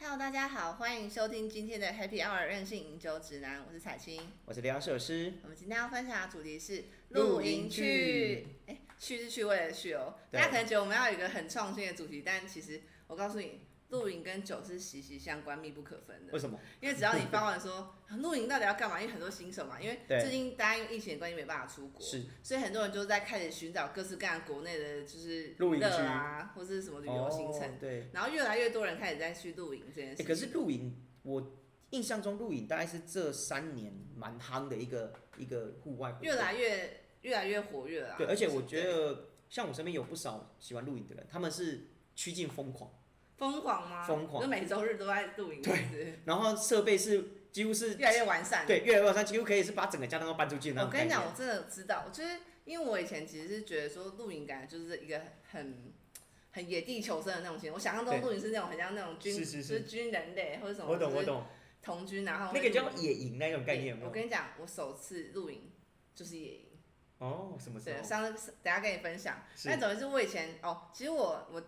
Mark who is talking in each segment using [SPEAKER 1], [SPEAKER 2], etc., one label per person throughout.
[SPEAKER 1] Hello，大家好，欢迎收听今天的 Happy Hour 任性饮酒指南，我是彩青。
[SPEAKER 2] 我是梁设师，
[SPEAKER 1] 我们今天要分享的主题是
[SPEAKER 2] 露
[SPEAKER 1] 露营
[SPEAKER 2] 营
[SPEAKER 1] 去
[SPEAKER 2] 去，
[SPEAKER 1] 哎、去是趣味的去哦。
[SPEAKER 2] 对
[SPEAKER 1] 大家可能觉得我们要有一个很创新的主题，但其实我告诉你，露营跟酒是息息相关、密不可分的
[SPEAKER 2] 为。什么？
[SPEAKER 1] 因为只要你发完说 啊露营到底要干嘛，因为很多新手嘛，因为
[SPEAKER 2] 对
[SPEAKER 1] 最近大家因为疫情的关系没办法出国，
[SPEAKER 2] 是
[SPEAKER 1] 所以很多人就在开始寻找各式各样国内的，就是
[SPEAKER 2] 露营
[SPEAKER 1] 乐啊，或是什么旅游行程。
[SPEAKER 2] 哦对、
[SPEAKER 1] 然后越来越多人开始在去露营这件事
[SPEAKER 2] 诶
[SPEAKER 1] 情。
[SPEAKER 2] 可是露营，我印象中露营大概是这三年蛮夯的一个一个户外活动
[SPEAKER 1] 越来越越来越活跃了啊。
[SPEAKER 2] 对，而且我觉
[SPEAKER 1] 对
[SPEAKER 2] 得像我身边有不少喜欢露营的人，他们是趋近疯狂，
[SPEAKER 1] 疯狂吗？
[SPEAKER 2] 疯狂
[SPEAKER 1] 就每周日都在露营，对，是
[SPEAKER 2] 然后设备是几乎是
[SPEAKER 1] 越来越完善。，
[SPEAKER 2] 对越来越完善，几乎可以是把整个家当都搬出去的那
[SPEAKER 1] 我
[SPEAKER 2] 种
[SPEAKER 1] 跟
[SPEAKER 2] 感
[SPEAKER 1] 你
[SPEAKER 2] 觉。
[SPEAKER 1] 讲，我真的知道，就是因为我以前其实是觉得说露营感觉就是一个很。很野地求生的那种情况，我想象中
[SPEAKER 2] 对
[SPEAKER 1] 露营是那种很像那种军，
[SPEAKER 2] 是是是
[SPEAKER 1] 就是军人类或者什么，
[SPEAKER 2] 我懂我，懂，
[SPEAKER 1] 童军，然后
[SPEAKER 2] 那个叫野营那种概念有没
[SPEAKER 1] 我
[SPEAKER 2] 有？
[SPEAKER 1] 跟你讲，我首次露营就是野营，
[SPEAKER 2] 哦，什么时
[SPEAKER 1] 对，
[SPEAKER 2] 候？
[SPEAKER 1] 上次等一下跟你分享。
[SPEAKER 2] 是
[SPEAKER 1] 但总之是我以前哦，其实我我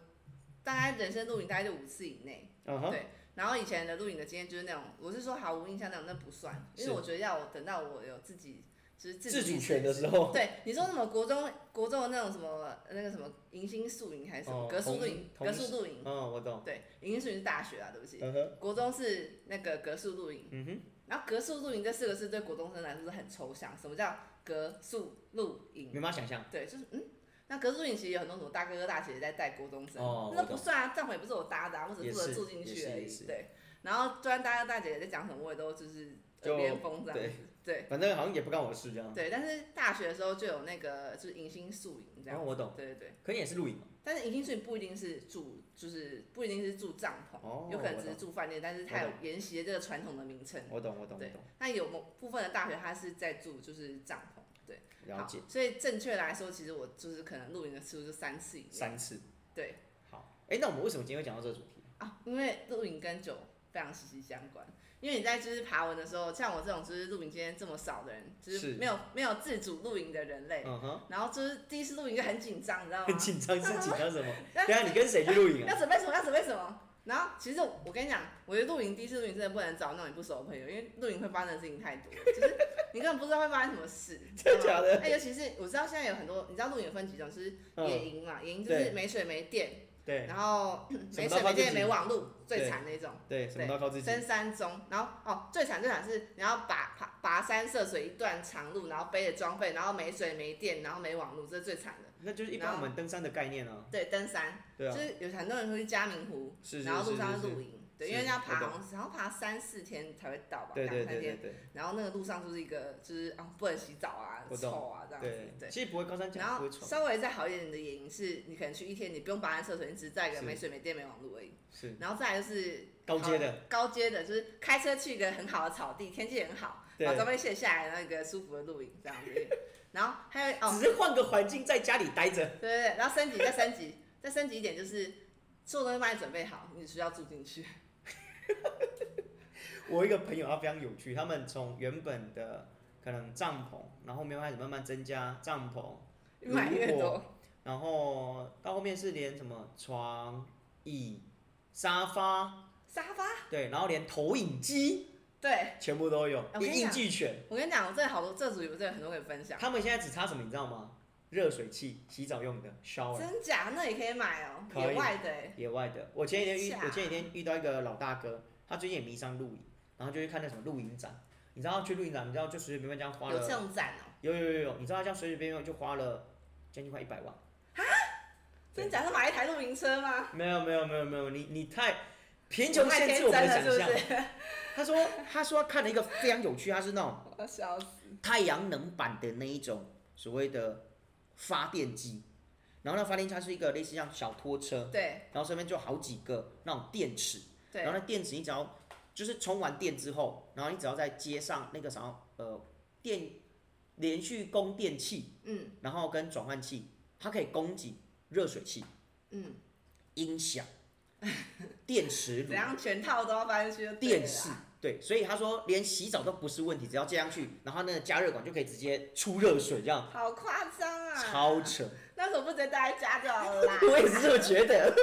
[SPEAKER 1] 大概人生露营大概就五次以内，
[SPEAKER 2] 嗯哼，
[SPEAKER 1] 对，然后以前的录影的经验就是那种，我是说毫无印象那种，那不算，因为
[SPEAKER 2] 是
[SPEAKER 1] 我觉得要我等到我有自己就是自
[SPEAKER 2] 自
[SPEAKER 1] 己
[SPEAKER 2] 主权的时候，
[SPEAKER 1] 对，你说什么国中国中的那种什么那个什么迎新宿营还是什么
[SPEAKER 2] 哦
[SPEAKER 1] 格宿露营？
[SPEAKER 2] 同
[SPEAKER 1] 格宿露营，
[SPEAKER 2] 嗯，我懂，
[SPEAKER 1] 对，迎新宿营是大学啊，对不起，
[SPEAKER 2] 嗯哼，
[SPEAKER 1] 国中是那个格宿露营，
[SPEAKER 2] 嗯哼，
[SPEAKER 1] 然后格宿露营这四个字对国中生来说是很抽象，什么叫格宿露营？
[SPEAKER 2] 没办法想象。
[SPEAKER 1] 对，就是嗯。那格宿营其实有很多什么大哥哥大姐姐在带国中生，
[SPEAKER 2] 哦
[SPEAKER 1] 那
[SPEAKER 2] 我
[SPEAKER 1] 不
[SPEAKER 2] 懂
[SPEAKER 1] 算啊，帐篷也不是我搭的、啊，我只
[SPEAKER 2] 也
[SPEAKER 1] 负责
[SPEAKER 2] 是
[SPEAKER 1] 住进
[SPEAKER 2] 也
[SPEAKER 1] 去
[SPEAKER 2] 是
[SPEAKER 1] 而
[SPEAKER 2] 也
[SPEAKER 1] 已。
[SPEAKER 2] 是
[SPEAKER 1] 对，然后虽然大哥大姐姐在讲什么，我也都就是啊耳
[SPEAKER 2] 就嗯
[SPEAKER 1] 边风这样子。对
[SPEAKER 2] 反正好像也不干我的事这样。
[SPEAKER 1] 对，但是大学的时候就有那个就是迎新宿营这
[SPEAKER 2] 然
[SPEAKER 1] 样
[SPEAKER 2] 后
[SPEAKER 1] 子。
[SPEAKER 2] 哦我懂，
[SPEAKER 1] 对对对，
[SPEAKER 2] 可能也是露营嘛。
[SPEAKER 1] 但是迎新宿营不一定是住，就是不一定是住帐篷，
[SPEAKER 2] 哦
[SPEAKER 1] 有可能
[SPEAKER 2] 我
[SPEAKER 1] 只是
[SPEAKER 2] 懂
[SPEAKER 1] 住饭店，但是它有
[SPEAKER 2] 我懂
[SPEAKER 1] 沿袭了这个传统的名称。
[SPEAKER 2] 我懂，我懂，我
[SPEAKER 1] 对
[SPEAKER 2] 懂，，
[SPEAKER 1] 那有某部分的大学它是在住就是帐篷。对，
[SPEAKER 2] 了
[SPEAKER 1] 好，
[SPEAKER 2] 解。
[SPEAKER 1] 所以正确来说，其实我就是可能露营的次数就三次以内。
[SPEAKER 2] 三次，
[SPEAKER 1] 对
[SPEAKER 2] 好。哎，那我们为什么今天会讲到这个主题？
[SPEAKER 1] 啊，因为露营跟酒非常息息相关。因为你在就是爬文的时候，像我这种就是露营经验这么少的人，就是
[SPEAKER 2] 是
[SPEAKER 1] 没有没有自主露营的人类，
[SPEAKER 2] 嗯哼，
[SPEAKER 1] 然后就是第一次露营就很紧张，你知道
[SPEAKER 2] 很
[SPEAKER 1] 吗？
[SPEAKER 2] 紧张是紧张什么？
[SPEAKER 1] 那
[SPEAKER 2] 等一下你跟谁去露 营
[SPEAKER 1] 要
[SPEAKER 2] 啊？
[SPEAKER 1] 准备什么？要准备什么？然后其实我跟你讲，我觉得露营第一次露营真的不能找那种你不熟的朋友，因为露营会发生的事情太多了， 就是你根本不知道会发生什么事，
[SPEAKER 2] 真的假
[SPEAKER 1] 你
[SPEAKER 2] 的
[SPEAKER 1] 知道吗哎，尤其是我知道现在有很多，你知道露营有分几种，就是野营嘛，野营就是
[SPEAKER 2] 嗯对
[SPEAKER 1] 没水没电，
[SPEAKER 2] 对
[SPEAKER 1] 然后
[SPEAKER 2] 什
[SPEAKER 1] 没水
[SPEAKER 2] 么都靠
[SPEAKER 1] 没
[SPEAKER 2] 自
[SPEAKER 1] 电
[SPEAKER 2] 己
[SPEAKER 1] 没网路，最惨那种。
[SPEAKER 2] 对，什么都要靠自己。
[SPEAKER 1] 深山中，然后哦，最惨最惨是你要跋爬跋山涉水一段长路，然后背着装备，然后没水没电，然后没网路，这是最惨的。
[SPEAKER 2] 那就是一般我们登山的概念啊。
[SPEAKER 1] 对，登山、
[SPEAKER 2] 对啊
[SPEAKER 1] 就，是有很多人会去嘉明湖，
[SPEAKER 2] 是是
[SPEAKER 1] 然后路
[SPEAKER 2] 是
[SPEAKER 1] 上
[SPEAKER 2] 是
[SPEAKER 1] 会
[SPEAKER 2] 是
[SPEAKER 1] 露营，对，
[SPEAKER 2] 是
[SPEAKER 1] 因为要爬
[SPEAKER 2] 我懂
[SPEAKER 1] 好像是，然后爬三四天才会到吧，
[SPEAKER 2] 对对
[SPEAKER 1] 两三
[SPEAKER 2] 对对
[SPEAKER 1] 天。
[SPEAKER 2] 对
[SPEAKER 1] 然后那个路上就是一个就是啊不能洗澡啊，
[SPEAKER 2] 我懂
[SPEAKER 1] 臭啊这样子，
[SPEAKER 2] 对对，其实不会高山
[SPEAKER 1] 然
[SPEAKER 2] 讲，不
[SPEAKER 1] 后
[SPEAKER 2] 会喘，
[SPEAKER 1] 稍微再好一点的野营是，你可能去一天，你不用跋山涉水，你只是在一个
[SPEAKER 2] 是
[SPEAKER 1] 没水没电没网路而已。
[SPEAKER 2] 是
[SPEAKER 1] 然后再来就是
[SPEAKER 2] 高阶的
[SPEAKER 1] 好，高阶的就是开车去一个很好的草地，天气很好，
[SPEAKER 2] 对
[SPEAKER 1] 把装备卸下来，然后一个舒服的露营这样子。 然后还有哦，
[SPEAKER 2] 只是换个环境在家里待着。
[SPEAKER 1] 对对对，然后升级再升级再升级一点就是。所有东西帮你准备好，你只需要住进去。
[SPEAKER 2] 我一个朋友他非常有趣，他们从原本的可能帐篷，然后后面开始慢慢增加帐篷，
[SPEAKER 1] 越买越
[SPEAKER 2] 如
[SPEAKER 1] 多
[SPEAKER 2] 果，然后到后面是连什么床、椅、沙发，
[SPEAKER 1] 沙发
[SPEAKER 2] 对，然后连投影机
[SPEAKER 1] 对
[SPEAKER 2] 全部都有
[SPEAKER 1] 我，跟你讲
[SPEAKER 2] 一应俱全。
[SPEAKER 1] 我跟你讲，我这好多这组有真的很多可以分享，
[SPEAKER 2] 他们现在只差什么，你知道吗？热水器，洗澡用的 shower，
[SPEAKER 1] 真假那也可以买哦，
[SPEAKER 2] 可以
[SPEAKER 1] 野外的欸
[SPEAKER 2] 野外的。我前几天遇
[SPEAKER 1] 吓，
[SPEAKER 2] 我前几天遇到一个老大哥，他最近也迷上露营，然后就去看那什么露营展。你知道他去露营展，你知道就随随便便这样花
[SPEAKER 1] 有这
[SPEAKER 2] 了，
[SPEAKER 1] 种展哦，
[SPEAKER 2] 有有有有，你知道他这样随随便便就花了将近快一百万。对
[SPEAKER 1] 真假是买一台露营车吗？
[SPEAKER 2] 没有没有没有没有，你你太贫
[SPEAKER 1] 我
[SPEAKER 2] 穷
[SPEAKER 1] 太
[SPEAKER 2] 限
[SPEAKER 1] 天
[SPEAKER 2] 制我
[SPEAKER 1] 真
[SPEAKER 2] 们
[SPEAKER 1] 了，
[SPEAKER 2] 的想
[SPEAKER 1] 是不
[SPEAKER 2] 象。
[SPEAKER 1] 是？
[SPEAKER 2] 他说，他说他看了一个非常有趣，他是那种
[SPEAKER 1] 我要 笑死！
[SPEAKER 2] 太阳能板的那一种所谓的发电机，然后那发电机它是一个类似像小拖车，
[SPEAKER 1] 对
[SPEAKER 2] 然后上面就好几个那种电池，
[SPEAKER 1] 对
[SPEAKER 2] 然后那电池你只要就是充完电之后，然后你只要再接上那个什么呃电连续供电器，
[SPEAKER 1] 嗯
[SPEAKER 2] 然后跟转换器，它可以供给热水器、
[SPEAKER 1] 嗯，
[SPEAKER 2] 音响、电磁炉
[SPEAKER 1] 怎、样全套都要搬去就对了啦
[SPEAKER 2] 电视，对，所以他说连洗澡都不是问题，只要接上去，然后那个加热管就可以直接出热水，这样
[SPEAKER 1] 好夸张啊！
[SPEAKER 2] 超扯。 。
[SPEAKER 1] 那时候不直接待在家就好了啦
[SPEAKER 2] 我也是这么觉得。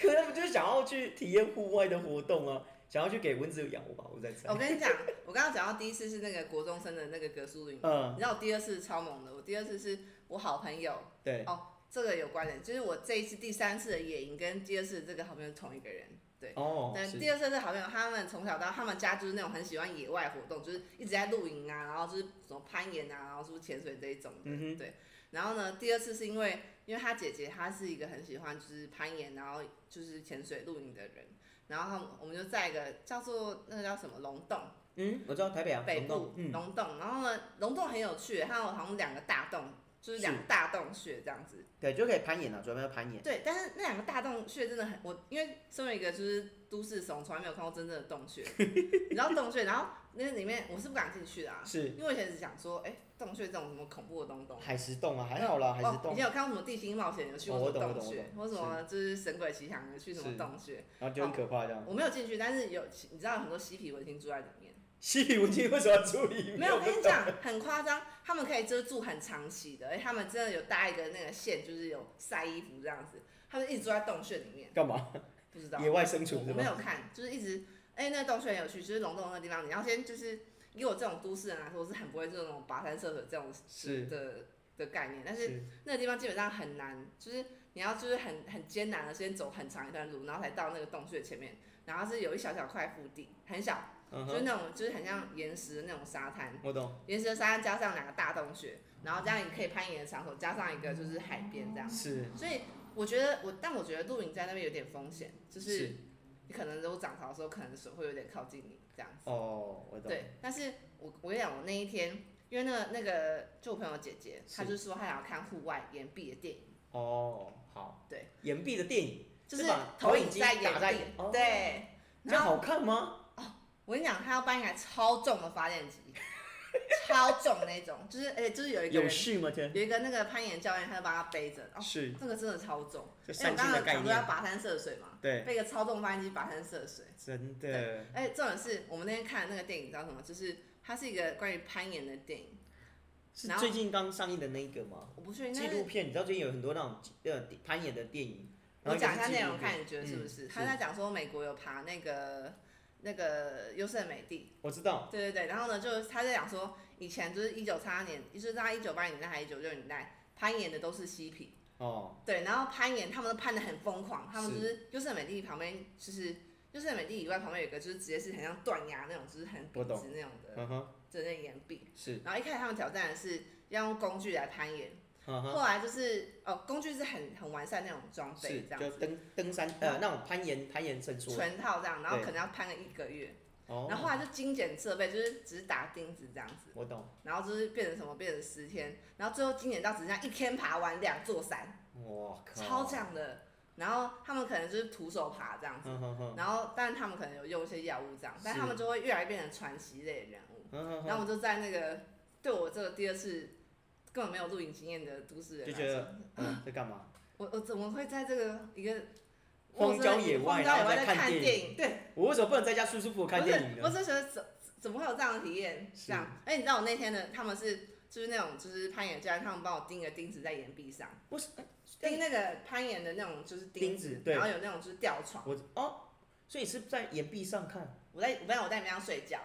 [SPEAKER 2] 可能他们就是想要去体验户外的活动啊，想要去给蚊子咬吧，我在猜
[SPEAKER 1] 我。跟你讲，我刚刚讲到第一次是那个国中生的那个格苏林，
[SPEAKER 2] 嗯，
[SPEAKER 1] 你知道我第二次超猛的，我第二次是我好朋友
[SPEAKER 2] 对，
[SPEAKER 1] 这个有关联，就是我这一次第三次的野营跟第二次的这个好朋友是同一个人，对。
[SPEAKER 2] 哦，
[SPEAKER 1] 但
[SPEAKER 2] 是
[SPEAKER 1] 第二次是好朋友，他们从小到他们家就是那种很喜欢野外活动，就是一直在露营啊，然后就是什么攀岩啊，然后是不是潜水这一种的，
[SPEAKER 2] 嗯
[SPEAKER 1] 对。然后呢，第二次是因为因为他姐姐她是一个很喜欢就是攀岩，然后就是潜水露营的人，然后他们我们就在一个叫做那个叫什么龙洞，
[SPEAKER 2] 嗯，我知道台北啊，
[SPEAKER 1] 北
[SPEAKER 2] 龙
[SPEAKER 1] 部
[SPEAKER 2] 洞嗯，
[SPEAKER 1] 龙洞，然后呢，龙洞很有趣，它有好像两个大洞，就是两个大洞穴这样子。
[SPEAKER 2] 对，就可以攀岩了，啊主要要攀岩。
[SPEAKER 1] 对，但是那两个大洞穴真的很，我因为身为一个就是都市怂，从来没有看过真正的洞穴， 你知道洞穴，然后那里面我是不敢进去的啊，
[SPEAKER 2] 是
[SPEAKER 1] 因为我以前只想说，哎、洞穴这种什么恐怖的东东。
[SPEAKER 2] 海石洞啊，还好啦，海
[SPEAKER 1] 哦以
[SPEAKER 2] 石，洞，
[SPEAKER 1] 前有看过什么地心冒险，有去过
[SPEAKER 2] 哦
[SPEAKER 1] 什么
[SPEAKER 2] 我懂我
[SPEAKER 1] 洞
[SPEAKER 2] 懂我
[SPEAKER 1] 穴，
[SPEAKER 2] 懂
[SPEAKER 1] 或什么就是神鬼奇航，有去什么
[SPEAKER 2] 是
[SPEAKER 1] 洞穴，
[SPEAKER 2] 然后就很可怕这样。
[SPEAKER 1] 我没有进去，但是有你知道有很多嬉皮文青住在里 面。
[SPEAKER 2] 吸引蚊子为什么要注意？
[SPEAKER 1] 没有，我跟你讲，很夸张，他们可以遮住很长期的，而哎且他们真的有搭一个那个线，就是有晒衣服这样子，他们一直住在洞穴里面，
[SPEAKER 2] 干嘛？
[SPEAKER 1] 不知道
[SPEAKER 2] 野外生存
[SPEAKER 1] 我
[SPEAKER 2] 是
[SPEAKER 1] 我没
[SPEAKER 2] 吗？
[SPEAKER 1] 有看，就是一直，哎、那个洞穴很有趣，就是龙洞那个地方，你要先就是以我这种都市人来说，我是很不会做那种跋山涉水这种
[SPEAKER 2] 是
[SPEAKER 1] 的的概念，但是那个地方基本上很难，就是你要就是很很艰难的先走很长一段路，然后才到那个洞穴前面，然后是有一小小块腹地，很小，
[SPEAKER 2] 嗯
[SPEAKER 1] 就是
[SPEAKER 2] 哼，
[SPEAKER 1] 那种就是很像岩石的那种沙滩。
[SPEAKER 2] 我懂，
[SPEAKER 1] 岩石的沙滩加上两个大洞穴，然后这样你可以攀岩的场所，加上一个就是海边这样。
[SPEAKER 2] 是
[SPEAKER 1] 所以我觉得我，但我觉得露营在那边有点风险，就是
[SPEAKER 2] 是
[SPEAKER 1] 你可能如果涨潮的时候，可能水会有点靠近你这样子。
[SPEAKER 2] 哦，我懂，
[SPEAKER 1] 对，但是我我跟你讲，我那一天，因为那个那个就我朋友姐姐，
[SPEAKER 2] 是
[SPEAKER 1] 她就说她想要看户外岩壁的电影，
[SPEAKER 2] 哦，好，
[SPEAKER 1] 对，
[SPEAKER 2] 岩壁的电影，
[SPEAKER 1] 就是
[SPEAKER 2] 把
[SPEAKER 1] 投影
[SPEAKER 2] 机
[SPEAKER 1] 在
[SPEAKER 2] 打在
[SPEAKER 1] 岩壁
[SPEAKER 2] 眼，哦，
[SPEAKER 1] 对，
[SPEAKER 2] 这
[SPEAKER 1] 然
[SPEAKER 2] 样
[SPEAKER 1] 后
[SPEAKER 2] 好看吗？
[SPEAKER 1] 我跟你讲，她要搬一台超重的发 电机，超重那种，就是而且就是有一个
[SPEAKER 2] 有
[SPEAKER 1] 人。
[SPEAKER 2] 事吗？天，
[SPEAKER 1] 有一个那个攀岩教练，他就帮他背着，哦，
[SPEAKER 2] 是
[SPEAKER 1] 这个真的超重，
[SPEAKER 2] 这
[SPEAKER 1] 哎，我
[SPEAKER 2] 三
[SPEAKER 1] 刚刚
[SPEAKER 2] 星的
[SPEAKER 1] 有
[SPEAKER 2] 概
[SPEAKER 1] 讲说要
[SPEAKER 2] 念，
[SPEAKER 1] 跋山涉水嘛，
[SPEAKER 2] 对，
[SPEAKER 1] 被一个超重发电机跋山涉水。
[SPEAKER 2] 真的，
[SPEAKER 1] 哎，重点是我们那天看的那个电影，你知道什么？就是它是一个关于攀岩的电影，
[SPEAKER 2] 是
[SPEAKER 1] 然后
[SPEAKER 2] 最近刚上映的那一个吗？
[SPEAKER 1] 我不确定。
[SPEAKER 2] 纪
[SPEAKER 1] 但
[SPEAKER 2] 录
[SPEAKER 1] 是
[SPEAKER 2] 片，你知道最近有很多那种呃攀岩的电影，
[SPEAKER 1] 我
[SPEAKER 2] 然后个
[SPEAKER 1] 讲
[SPEAKER 2] 是
[SPEAKER 1] 一下
[SPEAKER 2] 纪录
[SPEAKER 1] 内容，
[SPEAKER 2] 片
[SPEAKER 1] 看你觉得是不
[SPEAKER 2] 嗯
[SPEAKER 1] 是？
[SPEAKER 2] 是
[SPEAKER 1] 他在讲说美国有爬那个那个优胜美地，
[SPEAKER 2] 我知道，
[SPEAKER 1] 对对对，然后呢，就是他在讲说以前就是一九三八年，就是大概一九八零年代还是一九六零年代，攀岩的都是嬉皮，
[SPEAKER 2] 哦，
[SPEAKER 1] 对，然后攀岩，他们都攀得很疯狂，他们
[SPEAKER 2] 是
[SPEAKER 1] 就是优胜美地旁边，就是优胜美地以外旁边有一个，就是直接是很像断崖那种，就是很笔
[SPEAKER 2] 我懂
[SPEAKER 1] 直那种的，
[SPEAKER 2] 嗯哼，
[SPEAKER 1] 就那岩壁。
[SPEAKER 2] 是，
[SPEAKER 1] 然后一开始他们挑战的是要用工具来攀岩，
[SPEAKER 2] 嗯哼，
[SPEAKER 1] 后来就是哦，工具是很很完善那种装
[SPEAKER 2] 是，
[SPEAKER 1] 备，这样
[SPEAKER 2] 就
[SPEAKER 1] 子
[SPEAKER 2] 登登山呃那种攀岩攀岩绳索，
[SPEAKER 1] 全套这样，然后
[SPEAKER 2] 对
[SPEAKER 1] 可能要攀个一个月，
[SPEAKER 2] 哦，
[SPEAKER 1] 然后后来就精简设备，就是只是打钉子这样子，
[SPEAKER 2] 我懂，
[SPEAKER 1] 然后就是变成什么变成十天，然后最后精简到只剩下一天爬完两座山，
[SPEAKER 2] 哇靠，
[SPEAKER 1] 超，强的。然后他们可能就是徒手爬这样子，
[SPEAKER 2] 嗯哼哼，
[SPEAKER 1] 然后，但他们可能有用一些药物这样，但
[SPEAKER 2] 是
[SPEAKER 1] 他们就会越来越变成传奇类的人物。
[SPEAKER 2] 嗯哼
[SPEAKER 1] 然后
[SPEAKER 2] 哼，
[SPEAKER 1] 我就在那个对我这个第二次根本没有露营经验的都市人
[SPEAKER 2] 就
[SPEAKER 1] 来
[SPEAKER 2] 觉
[SPEAKER 1] 说，
[SPEAKER 2] 得嗯在干嘛？
[SPEAKER 1] 我我怎么会在这个一个
[SPEAKER 2] 荒郊野外
[SPEAKER 1] 荒郊野
[SPEAKER 2] 然后
[SPEAKER 1] 外在
[SPEAKER 2] 在看
[SPEAKER 1] 看
[SPEAKER 2] 电
[SPEAKER 1] 电影？对，
[SPEAKER 2] 我为什么不能在家舒舒服服看
[SPEAKER 1] 不是
[SPEAKER 2] 电影
[SPEAKER 1] 我
[SPEAKER 2] 呢？
[SPEAKER 1] 是觉得怎怎么会有这样的体验？
[SPEAKER 2] 是
[SPEAKER 1] 这样，哎，你知道我那天的他们是就是那种就是攀岩家，他们帮我钉个钉子在岩壁上，
[SPEAKER 2] 我是
[SPEAKER 1] 钉那个攀岩的那种就是
[SPEAKER 2] 钉子
[SPEAKER 1] 子，
[SPEAKER 2] 对
[SPEAKER 1] 然后有那种就是吊床，
[SPEAKER 2] 我哦，所以是在岩壁上看，
[SPEAKER 1] 我在我在我在里面睡觉。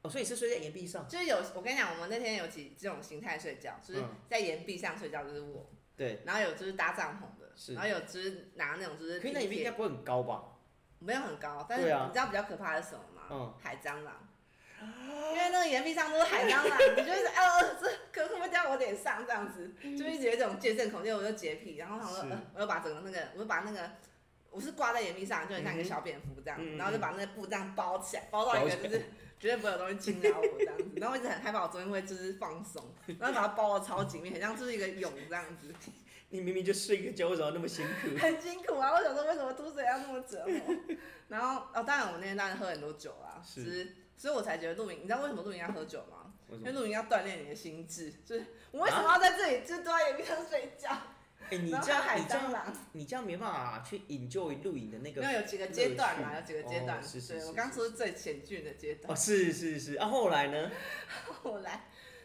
[SPEAKER 2] 哦，所以是睡在岩壁上，
[SPEAKER 1] 就是有，我跟你讲，我们那天有几这种形态睡觉，就是
[SPEAKER 2] 嗯
[SPEAKER 1] 在岩壁上睡觉，就是我，
[SPEAKER 2] 对，
[SPEAKER 1] 然后有就是搭帐篷的，
[SPEAKER 2] 是
[SPEAKER 1] 然后有就是拿那种就是
[SPEAKER 2] 可以那岩壁应该
[SPEAKER 1] 铁
[SPEAKER 2] 不会很高吧？
[SPEAKER 1] 没有很高，但是
[SPEAKER 2] 对啊
[SPEAKER 1] 你知道比较可怕的是什么吗？
[SPEAKER 2] 嗯啊
[SPEAKER 1] 海蟑螂，因为那个岩壁上都是海蟑螂，你就是哦，这可会不会掉我脸上这样子，就一直有一种见证恐惧，我就洁癖，然后我想说，
[SPEAKER 2] 是
[SPEAKER 1] 呃，我就把整个那个，我就把那个。我是挂在岩壁上，就很像一个
[SPEAKER 2] 嗯哼
[SPEAKER 1] 小蝙蝠这样，
[SPEAKER 2] 嗯嗯
[SPEAKER 1] 然后就把那个布这样包起来，包到一个就是绝对不会有东西侵扰我这样子。然后我一直很害怕，我昨天会就是放松，然后把它包的超紧密，很像就是一个蛹这样子，
[SPEAKER 2] 你明明就睡个觉，为什么那么辛 苦？
[SPEAKER 1] 很辛苦啊。我想说为什么吐水要那么折磨？然后哦，当然我那天当然喝很多酒啊，
[SPEAKER 2] 是
[SPEAKER 1] 就是所以我才觉得露营，你知道为什么露营要喝酒吗？
[SPEAKER 2] 为什
[SPEAKER 1] 因为？
[SPEAKER 2] 么
[SPEAKER 1] 露营要锻炼你的心智，就是我为什么要在这里就是都在岩壁上睡觉，
[SPEAKER 2] 哎， 你
[SPEAKER 1] 然后
[SPEAKER 2] 这
[SPEAKER 1] 还有海
[SPEAKER 2] 样你这
[SPEAKER 1] 蟑
[SPEAKER 2] 样
[SPEAKER 1] 螂，
[SPEAKER 2] 你这样没办法去 enjoy 露营的那个
[SPEAKER 1] 没有有几个阶段嘛，
[SPEAKER 2] 乐
[SPEAKER 1] 有几个阶段，
[SPEAKER 2] 哦是是
[SPEAKER 1] 对
[SPEAKER 2] 是
[SPEAKER 1] 我刚
[SPEAKER 2] 是
[SPEAKER 1] 说是最险峻的阶段。
[SPEAKER 2] 哦，是是是，啊，后来呢？
[SPEAKER 1] 后来，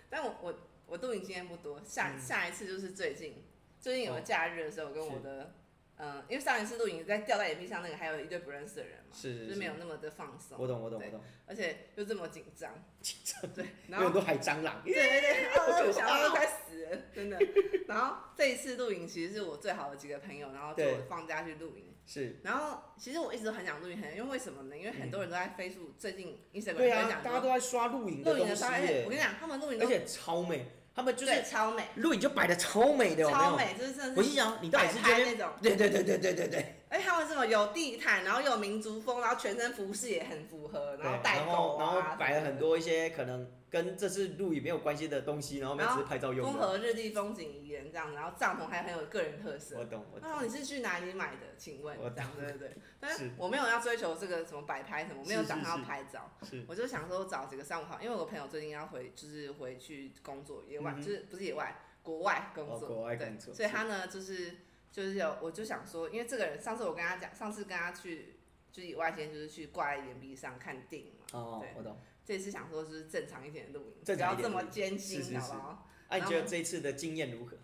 [SPEAKER 1] 但我我我露营经验不多，下、
[SPEAKER 2] 嗯
[SPEAKER 1] 下一次就是最近，最近有个
[SPEAKER 2] 哦
[SPEAKER 1] 假日的时候，我跟
[SPEAKER 2] 是
[SPEAKER 1] 我的嗯，因为上一次露营在吊在岩壁上那个，还有一堆不认识的人嘛，
[SPEAKER 2] 是是
[SPEAKER 1] 就是没有那么的放松，
[SPEAKER 2] 我懂，我懂，
[SPEAKER 1] 对
[SPEAKER 2] 我懂。
[SPEAKER 1] 而且又这么紧张，
[SPEAKER 2] 紧张，
[SPEAKER 1] 对，
[SPEAKER 2] 有
[SPEAKER 1] 然后
[SPEAKER 2] 很多海蟑螂。
[SPEAKER 1] 对对 对，哦，
[SPEAKER 2] 就
[SPEAKER 1] 我想到都快死了，真的。然后这一次露营其实是我最好的几个朋友，然后就
[SPEAKER 2] 对
[SPEAKER 1] 我放假去露营。
[SPEAKER 2] 是，
[SPEAKER 1] 然后其实我一直都很想露营，很因为为什么呢？因为很多人都在飞速最近 Instagram
[SPEAKER 2] 对
[SPEAKER 1] 分
[SPEAKER 2] 啊，
[SPEAKER 1] 享
[SPEAKER 2] 大家都
[SPEAKER 1] 说
[SPEAKER 2] 在刷露营
[SPEAKER 1] 露营
[SPEAKER 2] 东
[SPEAKER 1] 的
[SPEAKER 2] 西
[SPEAKER 1] 照片，我跟你
[SPEAKER 2] 耶，
[SPEAKER 1] 讲，他们露营
[SPEAKER 2] 而
[SPEAKER 1] 都
[SPEAKER 2] 且超美，他们就是
[SPEAKER 1] 对超美，
[SPEAKER 2] 露营就摆的超美的，有没
[SPEAKER 1] 超
[SPEAKER 2] 有？
[SPEAKER 1] 美，就是真
[SPEAKER 2] 我
[SPEAKER 1] 的
[SPEAKER 2] 心
[SPEAKER 1] 是
[SPEAKER 2] 想，你到底
[SPEAKER 1] 摆
[SPEAKER 2] 是
[SPEAKER 1] 拍
[SPEAKER 2] 觉得？
[SPEAKER 1] 那种。
[SPEAKER 2] 对对对对对对对，
[SPEAKER 1] 哎，他们这么有地毯，然后有民族风，然后全身服饰也很符合，
[SPEAKER 2] 对
[SPEAKER 1] 后代
[SPEAKER 2] 然后
[SPEAKER 1] 购
[SPEAKER 2] 然
[SPEAKER 1] 啊，
[SPEAKER 2] 后摆了很多一些可能跟这次露营没有关系的东西，然后我们
[SPEAKER 1] 然
[SPEAKER 2] 只
[SPEAKER 1] 后
[SPEAKER 2] 是拍照用
[SPEAKER 1] 综
[SPEAKER 2] 的。
[SPEAKER 1] 合日历、风景、怡园这样，然后帐篷还很有个人特色
[SPEAKER 2] 我。懂，我
[SPEAKER 1] 那你
[SPEAKER 2] 懂。
[SPEAKER 1] 是去哪里买的？请问
[SPEAKER 2] 我
[SPEAKER 1] 这样对对对，但
[SPEAKER 2] 是
[SPEAKER 1] 是我没有要追求这个什么摆拍什么，我没有
[SPEAKER 2] 是是
[SPEAKER 1] 想要
[SPEAKER 2] 是
[SPEAKER 1] 拍照，
[SPEAKER 2] 是
[SPEAKER 1] 我就想说找几个上午好，因为我朋友最近要回，就是回去工作，野外、
[SPEAKER 2] 嗯哼
[SPEAKER 1] 就是不是野外，国外工
[SPEAKER 2] 哦
[SPEAKER 1] 作，
[SPEAKER 2] 国外
[SPEAKER 1] 对
[SPEAKER 2] 工作
[SPEAKER 1] 所以
[SPEAKER 2] 是
[SPEAKER 1] 他呢就是就是有，我就想说，因为这个人上次我跟他讲，上次跟他去就是野外间就是去挂在岩壁上看电影嘛，
[SPEAKER 2] 哦
[SPEAKER 1] 对，
[SPEAKER 2] 我懂。
[SPEAKER 1] 这次想说就是正常一点的露营，
[SPEAKER 2] 正
[SPEAKER 1] 不要
[SPEAKER 2] 常一
[SPEAKER 1] 这
[SPEAKER 2] 点的
[SPEAKER 1] 么
[SPEAKER 2] 露营
[SPEAKER 1] 艰
[SPEAKER 2] 是是
[SPEAKER 1] 辛，好
[SPEAKER 2] 是
[SPEAKER 1] 不好？
[SPEAKER 2] 哎，你
[SPEAKER 1] 然
[SPEAKER 2] 觉得
[SPEAKER 1] 后
[SPEAKER 2] 这一次的经验如何？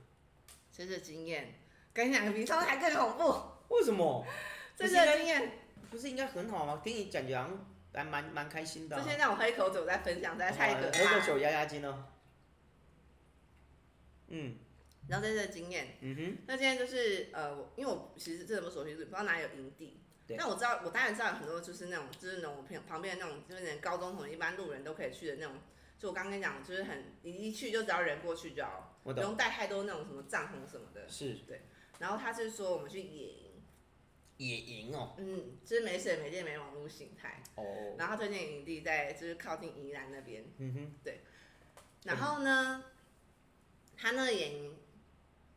[SPEAKER 1] 这次经验，跟你讲比上次还更恐怖，
[SPEAKER 2] 为什么？
[SPEAKER 1] 这
[SPEAKER 2] 不
[SPEAKER 1] 次
[SPEAKER 2] 是
[SPEAKER 1] 的经验。
[SPEAKER 2] 不是应该很好吗？听你感觉好像还蛮蛮开心的啊。哦
[SPEAKER 1] 这些让我喝一口酒再分享，实在太可
[SPEAKER 2] 喝
[SPEAKER 1] 怕
[SPEAKER 2] 个
[SPEAKER 1] 了。
[SPEAKER 2] 酒压压惊哦呢。嗯
[SPEAKER 1] 然后这次的经验，
[SPEAKER 2] 嗯哼，
[SPEAKER 1] 那今天就是呃，我因为我其实真的不熟悉，不知道哪里有营地。
[SPEAKER 2] 对
[SPEAKER 1] 那我知道，我当然知道有很多就是那种，就是那种我朋友旁边的那种，就是连高中同学一般路人都可以去的那种。就我刚跟你讲，就是很你一去就只要人过去就好了，
[SPEAKER 2] 我
[SPEAKER 1] 不
[SPEAKER 2] 懂，
[SPEAKER 1] 用带太多那种什么帐篷什么的。
[SPEAKER 2] 是
[SPEAKER 1] 然后他是说我们去野营，
[SPEAKER 2] 野营哦，
[SPEAKER 1] 嗯，就是没水没电没网络形态。
[SPEAKER 2] 哦，
[SPEAKER 1] 然后他推荐营地在就是靠近宜兰那边，
[SPEAKER 2] 嗯哼，
[SPEAKER 1] 然后呢，他那个演员，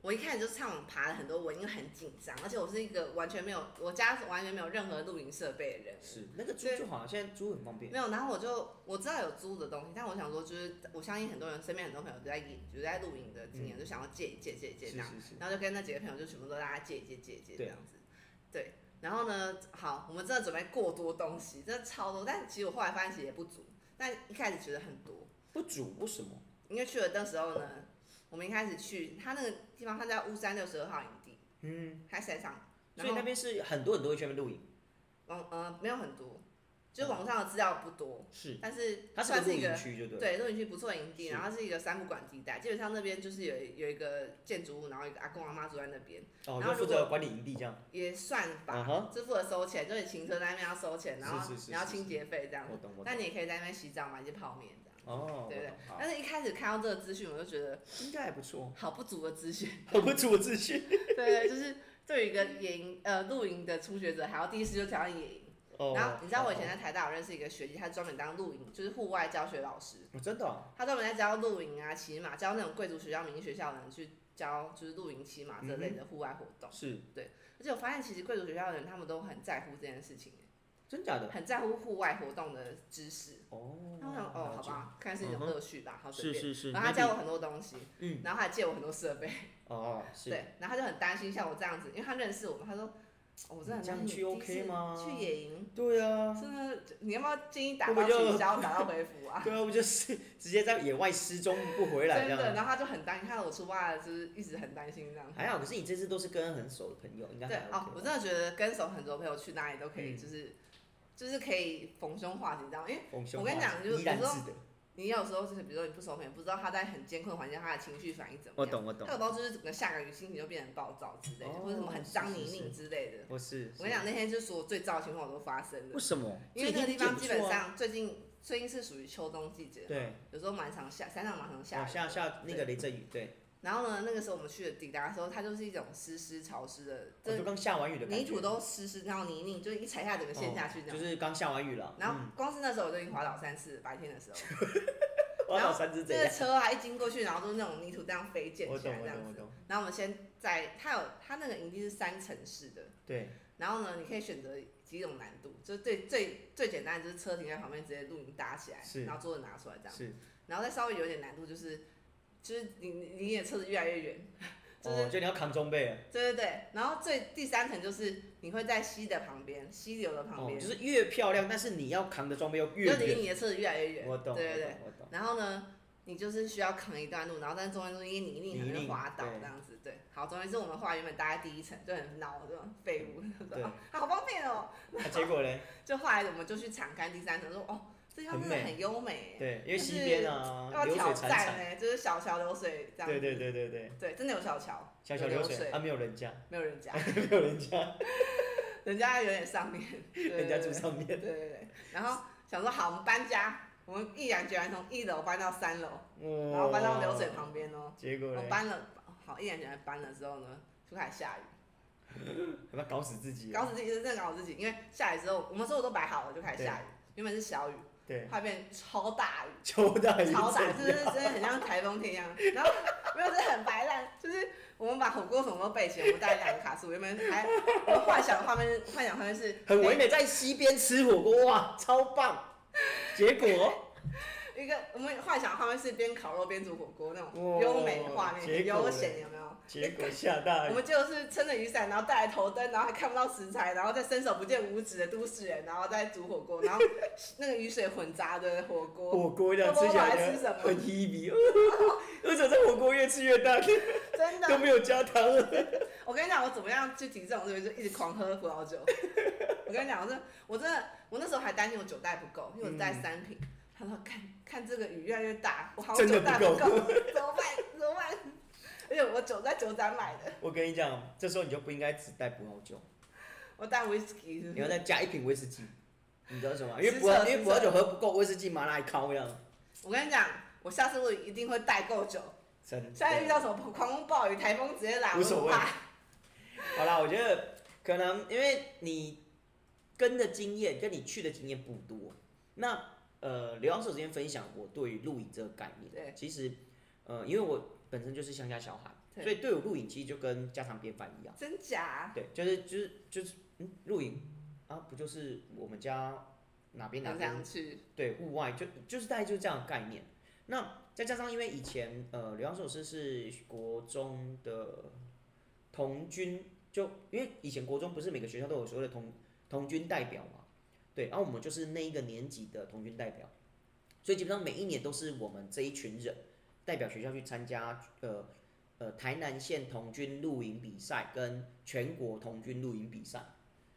[SPEAKER 1] 我一开始就上网爬了很多文，因为很紧张，而且我是一个完全没有我家完全没有任何录影设备的人，
[SPEAKER 2] 是那个租
[SPEAKER 1] 所以
[SPEAKER 2] 就好了，现在租很方便，
[SPEAKER 1] 没有。然后我就我知道有租的东西，但我想说，就是我相信很多人身边很多朋友都在演，就是在录影的经验，就想要借一借借一借
[SPEAKER 2] 嗯是
[SPEAKER 1] 这样，
[SPEAKER 2] 是是，
[SPEAKER 1] 然后就跟那几个朋友就全部都大家借一借借一借这
[SPEAKER 2] 对
[SPEAKER 1] 样子，对。然后呢，好，我们真的准备过多东西，真的超多，但其实我后来发现其实也不足，但一开始觉得很多。
[SPEAKER 2] 不煮为什么？
[SPEAKER 1] 因为去了那时候呢，我们一开始去他那个地方，他在乌山六十二号营地，
[SPEAKER 2] 嗯，
[SPEAKER 1] 他山上，
[SPEAKER 2] 所
[SPEAKER 1] 然
[SPEAKER 2] 以
[SPEAKER 1] 后
[SPEAKER 2] 那边是很多很多人去那边露营，
[SPEAKER 1] 网呃没有很多，就是网上的资料不多，
[SPEAKER 2] 是，
[SPEAKER 1] 但是
[SPEAKER 2] 它是
[SPEAKER 1] 算
[SPEAKER 2] 个
[SPEAKER 1] 是
[SPEAKER 2] 露
[SPEAKER 1] 一
[SPEAKER 2] 营
[SPEAKER 1] 个
[SPEAKER 2] 区就对
[SPEAKER 1] 对
[SPEAKER 2] 了，
[SPEAKER 1] 露营区不错的营地，
[SPEAKER 2] 是
[SPEAKER 1] 然后是一个三不管地带，基本上那边就是有一有一个建筑物，然后一个阿公阿妈住在那边，
[SPEAKER 2] 哦，
[SPEAKER 1] 然后
[SPEAKER 2] 就负
[SPEAKER 1] 如
[SPEAKER 2] 责管理营地这样，
[SPEAKER 1] 也算
[SPEAKER 2] 嗯
[SPEAKER 1] 吧，
[SPEAKER 2] 哼，
[SPEAKER 1] 支付了收钱，就是停车在那边要收钱，然后
[SPEAKER 2] 是是是
[SPEAKER 1] 你要
[SPEAKER 2] 是
[SPEAKER 1] 清洁费这样，
[SPEAKER 2] 我懂我懂，
[SPEAKER 1] 但你也可以在那边洗澡买一些泡面这样。
[SPEAKER 2] 哦，
[SPEAKER 1] 对
[SPEAKER 2] 我
[SPEAKER 1] 对
[SPEAKER 2] 懂，好
[SPEAKER 1] 但是一开始看到这个资讯，我就觉得
[SPEAKER 2] 应该还不 错，
[SPEAKER 1] 好不足的资讯。
[SPEAKER 2] 我不煮自去，
[SPEAKER 1] 对，就是对于一个野营呃露营的初学者，还要第一次就挑战野营。
[SPEAKER 2] 哦，
[SPEAKER 1] 然后你知道我以前
[SPEAKER 2] 好，
[SPEAKER 1] 在台大有认识一个学姐，她专门当露营，就是户外教学老师，
[SPEAKER 2] 我真的哦，
[SPEAKER 1] 她专门在教露营啊、骑马，教那种贵族学校、民营学校的人去教就是露营、骑马
[SPEAKER 2] 嗯
[SPEAKER 1] 这类的户外活动。
[SPEAKER 2] 是
[SPEAKER 1] 而且我发现其实贵族学校的人他们都很在乎这件事情，
[SPEAKER 2] 真假的，
[SPEAKER 1] 很在乎户外活动的知识。
[SPEAKER 2] 哦，
[SPEAKER 1] 他们想哦，好
[SPEAKER 2] 了解，嗯
[SPEAKER 1] 吧，看是一种乐趣吧，好随
[SPEAKER 2] 是
[SPEAKER 1] 便。
[SPEAKER 2] 是是，
[SPEAKER 1] 然后他
[SPEAKER 2] maybe
[SPEAKER 1] 教我很多东西，
[SPEAKER 2] 嗯，
[SPEAKER 1] 然后还借我很多设备。
[SPEAKER 2] 哦，是，
[SPEAKER 1] 对，然后他就很担心像我这样子，因为他认识我们，他说、哦我真的很
[SPEAKER 2] 这样
[SPEAKER 1] 担心
[SPEAKER 2] 去
[SPEAKER 1] 你
[SPEAKER 2] OK
[SPEAKER 1] 第一次
[SPEAKER 2] 吗
[SPEAKER 1] 去野营，
[SPEAKER 2] 对啊，
[SPEAKER 1] 真的，你要不要建议打
[SPEAKER 2] 会不
[SPEAKER 1] 包
[SPEAKER 2] 会就
[SPEAKER 1] 取消，打道回府啊？
[SPEAKER 2] 对啊，不就是直接在野外失踪不 回来
[SPEAKER 1] 真
[SPEAKER 2] 这样
[SPEAKER 1] 的，
[SPEAKER 2] 啊？
[SPEAKER 1] 然后他就很担心，看到我出发了，就是一直很担心这样。
[SPEAKER 2] 还好，可是你这次都是跟很熟的朋友，应该
[SPEAKER 1] 对
[SPEAKER 2] 还
[SPEAKER 1] 哦，我
[SPEAKER 2] OK 吧。
[SPEAKER 1] 真的觉得跟熟很多朋友去哪里都可以，
[SPEAKER 2] 嗯
[SPEAKER 1] 就是、就是可以逢凶化吉这样，因为
[SPEAKER 2] 丰胸
[SPEAKER 1] 我跟你
[SPEAKER 2] 化
[SPEAKER 1] 讲
[SPEAKER 2] 解
[SPEAKER 1] 就是
[SPEAKER 2] 依然
[SPEAKER 1] 比如说
[SPEAKER 2] 是的，
[SPEAKER 1] 你有时候就是比如说你不熟朋友，不知道他在很艰困的环境下他的情绪反应怎么
[SPEAKER 2] 我
[SPEAKER 1] 样。
[SPEAKER 2] 懂我
[SPEAKER 1] 他
[SPEAKER 2] 懂，
[SPEAKER 1] 有时候就是整个下个雨心情就变成暴躁之类的，
[SPEAKER 2] 哦
[SPEAKER 1] 或者什么很
[SPEAKER 2] 是
[SPEAKER 1] 脏
[SPEAKER 2] 是
[SPEAKER 1] 泥
[SPEAKER 2] 是
[SPEAKER 1] 泞之类的。
[SPEAKER 2] 我是。
[SPEAKER 1] 我跟你讲，那天就是我最糟的情况我都发生了。
[SPEAKER 2] 为什么？
[SPEAKER 1] 因为那个地方基本
[SPEAKER 2] 这已经见
[SPEAKER 1] 上最近最近是属于秋冬季节
[SPEAKER 2] 不，错啊
[SPEAKER 1] 有时候蛮常下，山上蛮常
[SPEAKER 2] 对，
[SPEAKER 1] 下
[SPEAKER 2] 好
[SPEAKER 1] 雨。
[SPEAKER 2] 哦下下那个雷阵雨，对，
[SPEAKER 1] 然后呢，那个时候我们去的抵达的时候，它就是一种湿湿潮湿的，
[SPEAKER 2] 哦我就
[SPEAKER 1] 这
[SPEAKER 2] 刚下完雨的感觉，
[SPEAKER 1] 泥土都湿湿，然后泥泞，就是一踩下整个陷下去
[SPEAKER 2] 哦
[SPEAKER 1] 这
[SPEAKER 2] 就
[SPEAKER 1] 样。
[SPEAKER 2] 是刚下完雨了。
[SPEAKER 1] 然后
[SPEAKER 2] 嗯，
[SPEAKER 1] 光是那时候我就已经滑倒三次了，白天的时候，
[SPEAKER 2] 我
[SPEAKER 1] 然
[SPEAKER 2] 找
[SPEAKER 1] 后
[SPEAKER 2] 三只
[SPEAKER 1] 这
[SPEAKER 2] 贼
[SPEAKER 1] 个
[SPEAKER 2] 啊。
[SPEAKER 1] 车啊一经过去，然后都是那种泥土这样飞溅
[SPEAKER 2] 我
[SPEAKER 1] 起
[SPEAKER 2] 懂
[SPEAKER 1] 来这
[SPEAKER 2] 我懂我
[SPEAKER 1] 样子。
[SPEAKER 2] 懂，
[SPEAKER 1] 然后我们先在它有它那个营地是三层式的，
[SPEAKER 2] 对，
[SPEAKER 1] 然后呢，你可以选择几种难度，就是最最最简单的就是车停在旁边直接露营搭起来，
[SPEAKER 2] 是
[SPEAKER 1] 然后桌子拿出来这样。
[SPEAKER 2] 是，
[SPEAKER 1] 然后再稍微有点难度，就是就是你你你也车子越来越远，就是、
[SPEAKER 2] 哦，就你要扛装备了，
[SPEAKER 1] 对对对。然后最第三层就是你会在溪的旁边，溪流的旁
[SPEAKER 2] 哦，
[SPEAKER 1] 边，
[SPEAKER 2] 就是越漂亮，但是你要扛的装备又越
[SPEAKER 1] 就离
[SPEAKER 2] 远。
[SPEAKER 1] 你的车子越来越远。
[SPEAKER 2] 我懂，我
[SPEAKER 1] 对对
[SPEAKER 2] 懂
[SPEAKER 1] 对。
[SPEAKER 2] 我懂，
[SPEAKER 1] 然后呢，你就是需要扛一段路，然后但是中间中间泥泞，可
[SPEAKER 2] 泥
[SPEAKER 1] 能
[SPEAKER 2] 泞
[SPEAKER 1] 会滑倒
[SPEAKER 2] 对
[SPEAKER 1] 这样子。对，好，总而言之，我们画原本搭在第一层就很恼，这种废物，
[SPEAKER 2] 对，
[SPEAKER 1] 啊好方便哦。
[SPEAKER 2] 啊结 果嘞，
[SPEAKER 1] 就后来我们就去场刊第三层，说哦，这地方真的
[SPEAKER 2] 很美
[SPEAKER 1] 很优美耶，
[SPEAKER 2] 对，因为
[SPEAKER 1] 就是
[SPEAKER 2] 西边啊
[SPEAKER 1] 要
[SPEAKER 2] 流
[SPEAKER 1] 挑
[SPEAKER 2] 水潺
[SPEAKER 1] 战
[SPEAKER 2] 潺，
[SPEAKER 1] 呢，就是小桥流水这样
[SPEAKER 2] 对
[SPEAKER 1] 子。
[SPEAKER 2] 对对对对，
[SPEAKER 1] 对，真的有小桥，
[SPEAKER 2] 小小
[SPEAKER 1] 有
[SPEAKER 2] 流
[SPEAKER 1] 流
[SPEAKER 2] 水
[SPEAKER 1] 水
[SPEAKER 2] 啊，没有人家，
[SPEAKER 1] 没有人家，
[SPEAKER 2] 没有人家，
[SPEAKER 1] 人家有点上面，对
[SPEAKER 2] 人家住。
[SPEAKER 1] 对对
[SPEAKER 2] 上面，
[SPEAKER 1] 对对对，然后想说好，我们搬家，我们毅然决然从一楼搬到三楼，然
[SPEAKER 2] 然
[SPEAKER 1] 后搬到流水，旁边哦。
[SPEAKER 2] 结果
[SPEAKER 1] 我
[SPEAKER 2] 嘞，
[SPEAKER 1] 搬了，好，毅然决然搬了之后呢，就开始下雨，
[SPEAKER 2] 要搞死自己了，啊
[SPEAKER 1] 搞死自己，真的搞死自己，因为下雨之后，我们所有都摆好了，就开始下雨。原本是小雨，
[SPEAKER 2] 对，
[SPEAKER 1] 后来变超大雨，
[SPEAKER 2] 秋大雨
[SPEAKER 1] 超大，
[SPEAKER 2] 阵
[SPEAKER 1] 就是真的很像台风天一样。然后没有，真的很白烂，就是我们把火锅什么都备齐，我们带两个卡式炉，原本还我们幻想的画面是，幻想画面是
[SPEAKER 2] 很唯哎美，在西边吃火锅 哇，超棒！结 果
[SPEAKER 1] 一个我们幻想的画面是边烤肉边煮火锅那
[SPEAKER 2] 哦
[SPEAKER 1] 种优美的画面，
[SPEAKER 2] 结
[SPEAKER 1] 很悠
[SPEAKER 2] 果嘞哎
[SPEAKER 1] 闲有没有？
[SPEAKER 2] 结果下大
[SPEAKER 1] 我
[SPEAKER 2] 雨，
[SPEAKER 1] 们就是撑着雨伞，然后带来头灯，然后还看不到食材，然后再伸手不见五指的都市人，然后再煮火锅，然后 那个雨水混杂的火锅，
[SPEAKER 2] 火锅这样
[SPEAKER 1] 火锅
[SPEAKER 2] 吃起来
[SPEAKER 1] 我还吃什么
[SPEAKER 2] 很 hebe，而 且这火锅越吃越 大，
[SPEAKER 1] 真
[SPEAKER 2] 都
[SPEAKER 1] 的，
[SPEAKER 2] 没有加糖了。
[SPEAKER 1] 我跟你讲，我怎么样去提这种东西，就一直狂喝葡萄酒。我跟你讲，我真的，我真的，我那时候还担心我酒带不够，因为我
[SPEAKER 2] 嗯
[SPEAKER 1] 带三瓶。他说看看这个雨越来越大，我好像
[SPEAKER 2] 真的
[SPEAKER 1] 酒带
[SPEAKER 2] 不
[SPEAKER 1] 够，
[SPEAKER 2] 够
[SPEAKER 1] 怎么办？怎么办？ 而且我酒在酒展买的，
[SPEAKER 2] 我跟你讲，这时候你就不应该只带葡萄酒，
[SPEAKER 1] 我带 whisky 是不是
[SPEAKER 2] 你要再加一瓶威士忌。你知道为嗯什么吗？因
[SPEAKER 1] 吃
[SPEAKER 2] 为葡萄
[SPEAKER 1] 色
[SPEAKER 2] 因为葡萄酒喝不够，威士忌麻辣一烤这样。
[SPEAKER 1] 我跟你讲，我下次我一定会带够酒。
[SPEAKER 2] 真的。
[SPEAKER 1] 现在遇到什么狂风暴雨、台风直接来，我
[SPEAKER 2] 无
[SPEAKER 1] 都
[SPEAKER 2] 所
[SPEAKER 1] 不
[SPEAKER 2] 谓
[SPEAKER 1] 怕。
[SPEAKER 2] 好啦，我觉得可能因为你跟的经验跟你去的经验不多，那呃，刘教授之前分享我对于露营这个概念，
[SPEAKER 1] 对
[SPEAKER 2] 其实呃，因为我本身就是乡下小孩，
[SPEAKER 1] 对啊
[SPEAKER 2] 所以对我露营其实就跟家常便饭一样，
[SPEAKER 1] 真假？
[SPEAKER 2] 对，就是就是就是嗯，露营啊，不就是我们家哪边哪
[SPEAKER 1] 常
[SPEAKER 2] 边
[SPEAKER 1] 常去，
[SPEAKER 2] 对，户外就就是大概就是这样的概念。那再加上因为以前呃，刘洋寿司是国中的童军，就因为以前国中不是每个学校都有所谓的童童军代表嘛，对，然、后我们就是那一个年级的童军代表，所以基本上每一年都是我们这一群人代表学校去参加呃呃台南县童军露营比赛跟全国童军露营比赛。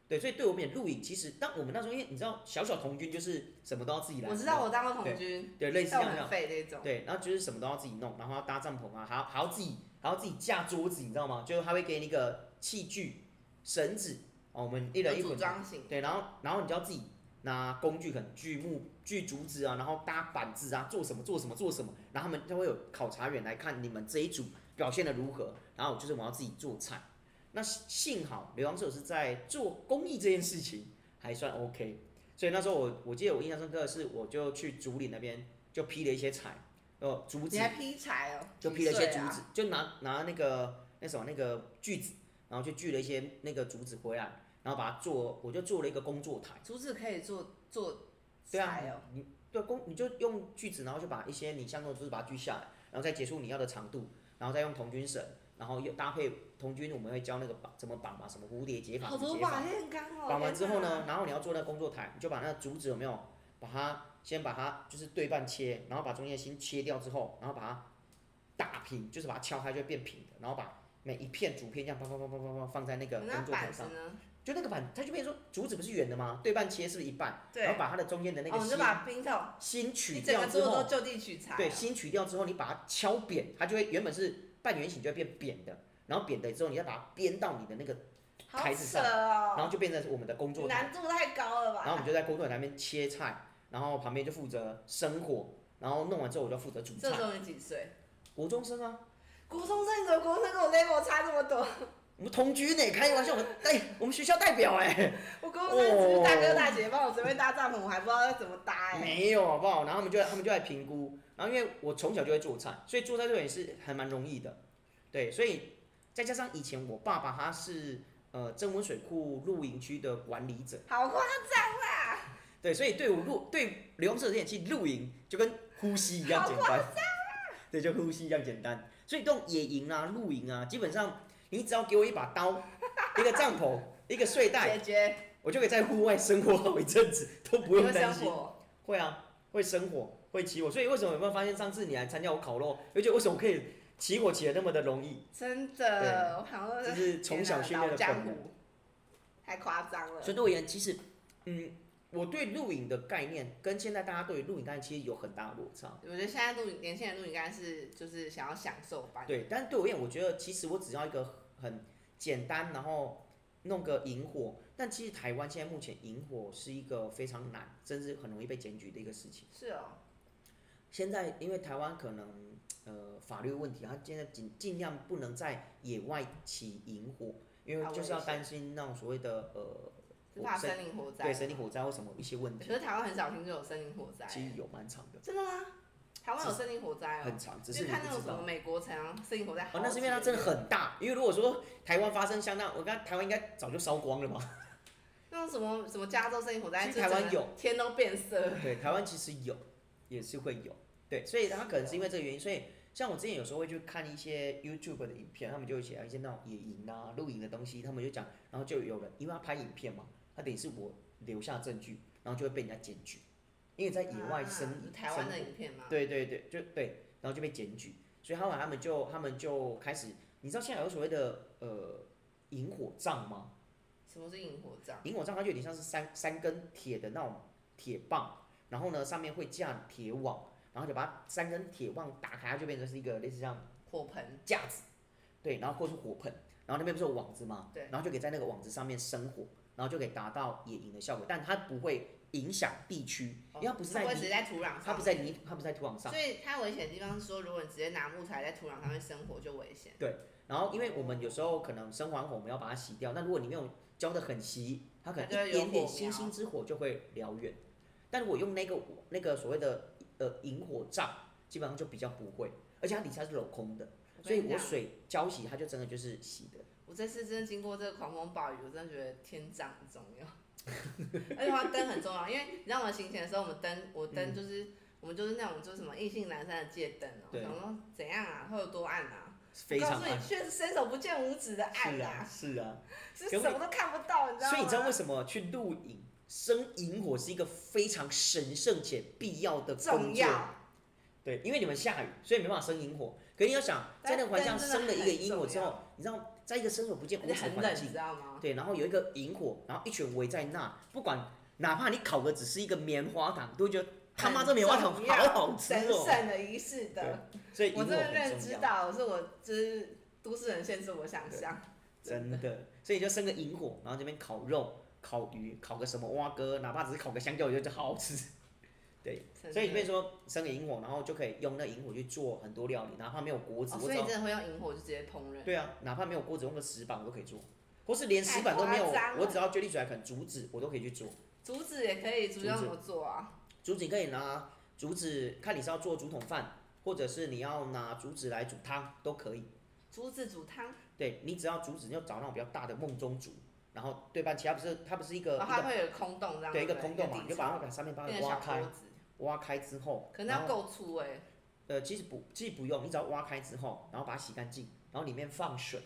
[SPEAKER 2] 对，所以对我们也露营，其实当我们那时候，因为你知道，小小童军就是什么都要自己来。
[SPEAKER 1] 我知道我当过童军，
[SPEAKER 2] 对，类似
[SPEAKER 1] 但
[SPEAKER 2] 这
[SPEAKER 1] 我
[SPEAKER 2] 样这
[SPEAKER 1] 很废
[SPEAKER 2] 样。
[SPEAKER 1] 那种。
[SPEAKER 2] 对，然后就是什么都要自己弄，然后要搭帐篷啊，还要还要自己还要自己架桌子，你知道吗？就是他会给你一个器具、绳子哦，我们一人
[SPEAKER 1] 有
[SPEAKER 2] 一
[SPEAKER 1] 组
[SPEAKER 2] 捆。
[SPEAKER 1] 装型，
[SPEAKER 2] 对，然后然后你就要自己拿工具，可能锯木、锯竹子啊，然后搭板子啊，做什么做什么做什么，然后他们就会有考察员来看你们这一组表现的如何，然后就是我要自己做菜。那幸好刘洋寿是在做公益这件事情还算 OK，所以那时候我我记得我印象深刻的是，我就去竹林那边就劈了一些柴，呃，竹子
[SPEAKER 1] 你还劈柴哦？
[SPEAKER 2] 就劈了一些
[SPEAKER 1] 几
[SPEAKER 2] 竹
[SPEAKER 1] 岁啊
[SPEAKER 2] 子，就拿拿那个那什么那个锯子，然后去锯了一些那个竹子回来，然后把它做，我就做了一个工作台。
[SPEAKER 1] 竹子可以做做
[SPEAKER 2] 对啊
[SPEAKER 1] 柴哦。
[SPEAKER 2] 你对工你就用锯子，然后就把一些你想用的竹子把它锯下来，然后再结束你要的长度，然后再用童军绳，然后又搭配童军，我们会教那个绑怎么绑嘛，什么蝴蝶结法、
[SPEAKER 1] 好
[SPEAKER 2] 什么
[SPEAKER 1] 多
[SPEAKER 2] 结法
[SPEAKER 1] 把。炼钢哦。
[SPEAKER 2] 绑完之
[SPEAKER 1] 天哪
[SPEAKER 2] 后呢，？然后你要做那个工作台，你就把那个竹子有没有，把它先把它就是对半切，然后把中间的芯切掉之后，然后把它打平，就是把它敲开就会变平的，然后把每一片竹片这样砰砰砰砰砰砰放在那个
[SPEAKER 1] 那
[SPEAKER 2] 工作台
[SPEAKER 1] 板子
[SPEAKER 2] 上，
[SPEAKER 1] 呢？
[SPEAKER 2] 就那个板，它就变成说竹子不是圆的吗？对半切是不是一半？
[SPEAKER 1] 对
[SPEAKER 2] 然后把它的中间的那
[SPEAKER 1] 哦，
[SPEAKER 2] 个
[SPEAKER 1] 你
[SPEAKER 2] 芯
[SPEAKER 1] 就把冰头，
[SPEAKER 2] 芯
[SPEAKER 1] 你
[SPEAKER 2] 取
[SPEAKER 1] 整
[SPEAKER 2] 掉
[SPEAKER 1] 个
[SPEAKER 2] 之
[SPEAKER 1] 桌
[SPEAKER 2] 后
[SPEAKER 1] 都，就地取材哦。
[SPEAKER 2] 对，芯取掉之后，你把它敲扁，它就会原本是半圆形就会变扁的，然后扁的之后，你再把它编到你的那个，
[SPEAKER 1] 好
[SPEAKER 2] 台子
[SPEAKER 1] 扯
[SPEAKER 2] 上然
[SPEAKER 1] 哦，
[SPEAKER 2] 后就变成我们的工作台。
[SPEAKER 1] 难度太高了吧？
[SPEAKER 2] 然后我们就在工作台那边切菜，然后旁边就负责生火，然后弄完之后我就负责煮
[SPEAKER 1] 这时
[SPEAKER 2] 菜。
[SPEAKER 1] 候你几岁？
[SPEAKER 2] 国中生啊，
[SPEAKER 1] 国中生，你怎么国中生跟我 level 差这么多？
[SPEAKER 2] 我们同居呢，开玩笑，我们哎、我们学校代表哎、
[SPEAKER 1] 我国中生只是大哥大姐帮我随便搭帐篷，我还不知道要怎么搭哎、
[SPEAKER 2] 没有好不好？然后他们就他们就来评估，然后因为我从小就会做菜，所以做菜这个也是还蛮容易的，对，所以再加上以前我爸爸他是呃增温水库露营区的管理者，
[SPEAKER 1] 好夸
[SPEAKER 2] 对，所以对我露对刘洪社这点去露营就跟呼吸一样简单， 对，就呼吸一样简单。所以这种野营啊、露营啊，基本上你只要给我一把刀、一个帐篷、一个睡
[SPEAKER 1] 张，
[SPEAKER 2] 袋，
[SPEAKER 1] 姐姐，
[SPEAKER 2] 我就可以在户外生活好一阵子，都不
[SPEAKER 1] 你
[SPEAKER 2] 用
[SPEAKER 1] 会
[SPEAKER 2] 担
[SPEAKER 1] 生
[SPEAKER 2] 心。
[SPEAKER 1] 活，
[SPEAKER 2] 会啊，会生火，会起火，所以为什么有没有发现上次你来参加我烤肉，而且为什么可以起火起的那么的容易，
[SPEAKER 1] 真
[SPEAKER 2] 对
[SPEAKER 1] 的，我想说
[SPEAKER 2] 这是从小训练的
[SPEAKER 1] 天哪老江
[SPEAKER 2] 本能。
[SPEAKER 1] 湖，太夸张了
[SPEAKER 2] 所。以对我而言，其实，嗯，我对露营的概念跟现在大家对露营概念其实有很大的落差。
[SPEAKER 1] 我觉得现在录影年轻人录影应该是就是想要享受吧，
[SPEAKER 2] 对，但对我而言，我觉得其实我只要一个很简单，然后弄个引火。但其实台湾现在目前引火是一个非常难，甚至很容易被检举的一个事情。
[SPEAKER 1] 是哦，
[SPEAKER 2] 现在因为台湾可能呃法律问题，它现在尽尽量不能在野外起引火，因
[SPEAKER 1] 啊
[SPEAKER 2] 为就是
[SPEAKER 1] 危
[SPEAKER 2] 要
[SPEAKER 1] 险
[SPEAKER 2] 担心那种所谓的呃
[SPEAKER 1] 是怕
[SPEAKER 2] 火山
[SPEAKER 1] 森林火灾，
[SPEAKER 2] 对森林，火灾或什么一些问题
[SPEAKER 1] 可，是台湾很少听说有森林火灾，
[SPEAKER 2] 其实有蛮长的，
[SPEAKER 1] 欸真的吗？台湾有森林火灾哦
[SPEAKER 2] 很，长，只
[SPEAKER 1] 就是
[SPEAKER 2] 你
[SPEAKER 1] 看那
[SPEAKER 2] 不
[SPEAKER 1] 种
[SPEAKER 2] 知
[SPEAKER 1] 什么
[SPEAKER 2] 道。
[SPEAKER 1] 美国城啊，森林火灾好
[SPEAKER 2] 哦
[SPEAKER 1] 几，个，
[SPEAKER 2] 那是因为它真的很大，因为如果说台湾发生像那，我刚台湾应该早就烧光了嘛。
[SPEAKER 1] 那种什么什么加州森林火灾，
[SPEAKER 2] 其实
[SPEAKER 1] 就整个
[SPEAKER 2] 台湾有
[SPEAKER 1] 天都变色了，
[SPEAKER 2] 对，台湾其实有，也是会有，对，所以他可能是因为这个原因，所以像我之前有时候会去看一些 YouTube 的影片，他们就会写一些那种野营啊、露营的东西，他们就讲，然后就有人因为他拍影片嘛，他等于是我留下证据，然后就会被人家检举，因为在野外
[SPEAKER 1] 啊
[SPEAKER 2] 生、
[SPEAKER 1] 是台湾的
[SPEAKER 2] 生
[SPEAKER 1] 影片吗？
[SPEAKER 2] 对对对，就对，然后就被检举，所以后来他们就他们就开始，你知道现在有所谓的呃引火杖吗？
[SPEAKER 1] 什么是萤火障？
[SPEAKER 2] 萤火杖它就有点像是三三根铁的那种铁棒，然后呢上面会架铁网，然后就把它三根铁网打开，它就变成是一个类似像
[SPEAKER 1] 火盆，
[SPEAKER 2] 架子，对，然后或是火盆，然后那边不是有网子吗？
[SPEAKER 1] 对
[SPEAKER 2] 然后就可以在那个网子上面生火，然后就可以达到野营的效果，但它不会影响地区，因为它不是
[SPEAKER 1] 哦它
[SPEAKER 2] 在
[SPEAKER 1] 会直接
[SPEAKER 2] 泥，
[SPEAKER 1] 在土壤上，
[SPEAKER 2] 它不是在泥，它不是在土壤上。
[SPEAKER 1] 所以它危险的地方是说，如果你直接拿木材在土壤上面生火就危险。
[SPEAKER 2] 然后因为我们有时候可能生完火我们要把它洗掉，那如果你没有浇的很稀，它可能
[SPEAKER 1] 它就会
[SPEAKER 2] 一
[SPEAKER 1] 有
[SPEAKER 2] 点点
[SPEAKER 1] 火苗
[SPEAKER 2] 星星之火就会燎原。但如果用那个那个所谓的呃引火杖，基本上就比较不会，而且它底下是镂空的，所以
[SPEAKER 1] 跟你
[SPEAKER 2] 我
[SPEAKER 1] 讲
[SPEAKER 2] 水浇洗它就真的就是洗的。
[SPEAKER 1] 我这次真的经过这个狂风暴雨，我真的觉得天葬很重要， 而且它灯很重要，因为你知道我们行前的时候，我们灯我
[SPEAKER 2] 嗯
[SPEAKER 1] 灯就是、我们就是那种就是什么异性男生的借灯哦、
[SPEAKER 2] 对
[SPEAKER 1] 想说怎样啊，会有多暗啊？
[SPEAKER 2] 非
[SPEAKER 1] 我
[SPEAKER 2] 常
[SPEAKER 1] 告诉
[SPEAKER 2] 暗
[SPEAKER 1] 你，，却是伸手不见五指的暗
[SPEAKER 2] 是
[SPEAKER 1] 啊，
[SPEAKER 2] 是啊，
[SPEAKER 1] 是什么都看不到，你知道吗？
[SPEAKER 2] 所以你知道为什么去露营生引火是一个非常神圣且必要的工
[SPEAKER 1] 重
[SPEAKER 2] 作？
[SPEAKER 1] 要？
[SPEAKER 2] 对，因为你们下雨，所以没办法生萤火。可是你要想，在那个环境下
[SPEAKER 1] 但但真
[SPEAKER 2] 生了
[SPEAKER 1] 的
[SPEAKER 2] 一个
[SPEAKER 1] 很
[SPEAKER 2] 萤火之
[SPEAKER 1] 重
[SPEAKER 2] 后
[SPEAKER 1] 要，
[SPEAKER 2] 你知道，在一个伸手不见
[SPEAKER 1] 而
[SPEAKER 2] 五
[SPEAKER 1] 且
[SPEAKER 2] 指的
[SPEAKER 1] 很
[SPEAKER 2] 环
[SPEAKER 1] 冷，你
[SPEAKER 2] 境
[SPEAKER 1] 知，道吗？
[SPEAKER 2] 对，然后有一个萤火，然后一群围在那，不管哪怕你烤的只是一个棉花糖，都会觉得他妈这棉花糖
[SPEAKER 1] 很重
[SPEAKER 2] 好
[SPEAKER 1] 要
[SPEAKER 2] 好吃
[SPEAKER 1] 神
[SPEAKER 2] 哦。
[SPEAKER 1] 圣的仪式的，
[SPEAKER 2] 所以萤
[SPEAKER 1] 我
[SPEAKER 2] 火
[SPEAKER 1] 真的认
[SPEAKER 2] 很重
[SPEAKER 1] 知
[SPEAKER 2] 要，
[SPEAKER 1] 到，我是我就是都市人限制我想象，
[SPEAKER 2] 真的。所以就生个萤火，然后这边烤肉、烤鱼、烤个什么蛙哥，哪怕只是烤个香蕉，我觉得就好好吃。
[SPEAKER 1] 真的
[SPEAKER 2] 所以你变说生个萤火，然后就可以用那萤火去做很多料理，哪怕没有果子，
[SPEAKER 1] 哦，
[SPEAKER 2] 我
[SPEAKER 1] 所
[SPEAKER 2] 只
[SPEAKER 1] 以
[SPEAKER 2] 要
[SPEAKER 1] 真的会用萤火就直接烹饪。
[SPEAKER 2] 对啊，哪怕没有锅子，用个石板我都可以做，或是连石板都没
[SPEAKER 1] 太
[SPEAKER 2] 有
[SPEAKER 1] 夸张，了
[SPEAKER 2] 我只要接力出来啃竹子，我都可以去做。
[SPEAKER 1] 竹子也可以，竹子要
[SPEAKER 2] 竹
[SPEAKER 1] 怎
[SPEAKER 2] 子
[SPEAKER 1] 么做啊？
[SPEAKER 2] 竹子你可以拿竹子，看你是要做竹筒饭，或者是你要拿竹子来煮汤都可以。
[SPEAKER 1] 竹子煮汤，
[SPEAKER 2] 对你只要竹子，你就找那种比较大的梦中竹，然后对半切，它不是它不是一个
[SPEAKER 1] 然后
[SPEAKER 2] 呃
[SPEAKER 1] 哦
[SPEAKER 2] 一
[SPEAKER 1] 它
[SPEAKER 2] 个
[SPEAKER 1] 会有空洞这样，
[SPEAKER 2] 对一个
[SPEAKER 1] 不
[SPEAKER 2] 空洞嘛，
[SPEAKER 1] 地
[SPEAKER 2] 你就把它
[SPEAKER 1] 槽
[SPEAKER 2] 把上面把它
[SPEAKER 1] 变成
[SPEAKER 2] 挖
[SPEAKER 1] 小
[SPEAKER 2] 开
[SPEAKER 1] 锅，子，
[SPEAKER 2] 挖开之后，
[SPEAKER 1] 可能
[SPEAKER 2] 然
[SPEAKER 1] 要
[SPEAKER 2] 后
[SPEAKER 1] 够粗哎，
[SPEAKER 2] 呃其实不其实不用，你只要挖开之后，然后把它洗干净，然后里面放水，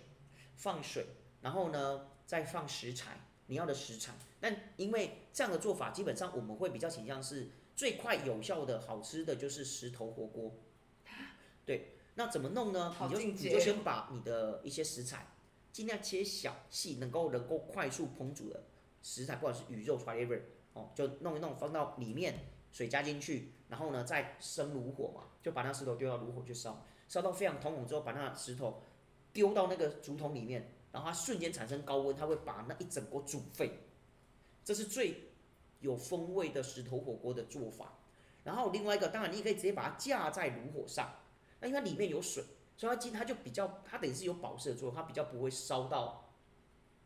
[SPEAKER 2] 放水，然后呢再放食材，你要的食材。但因为这样的做法，基本上我们会比较倾向是最快有效的好吃的就是石头火锅。对，那怎么弄呢？
[SPEAKER 1] 好
[SPEAKER 2] 你就
[SPEAKER 1] 进
[SPEAKER 2] 你
[SPEAKER 1] 阶
[SPEAKER 2] 就先把你的一些食材尽量切小细，能够能够快速烹煮的食材，不管是鱼肉 whatever 哦，就弄一弄放到里面，水加进去，然后呢再生炉火嘛，就把那石头丢到炉火去烧，烧到非常通红之后，把那石头丢到那个竹筒里面，然后它瞬间产生高温，它会把那一整锅煮沸。这是最有风味的石头火锅的做法。然后另外一个，当然你也可以直接把它架在炉火上，那因为它里面有水，所以它进它就比较，它等于是有保湿的作用，它比较不会烧到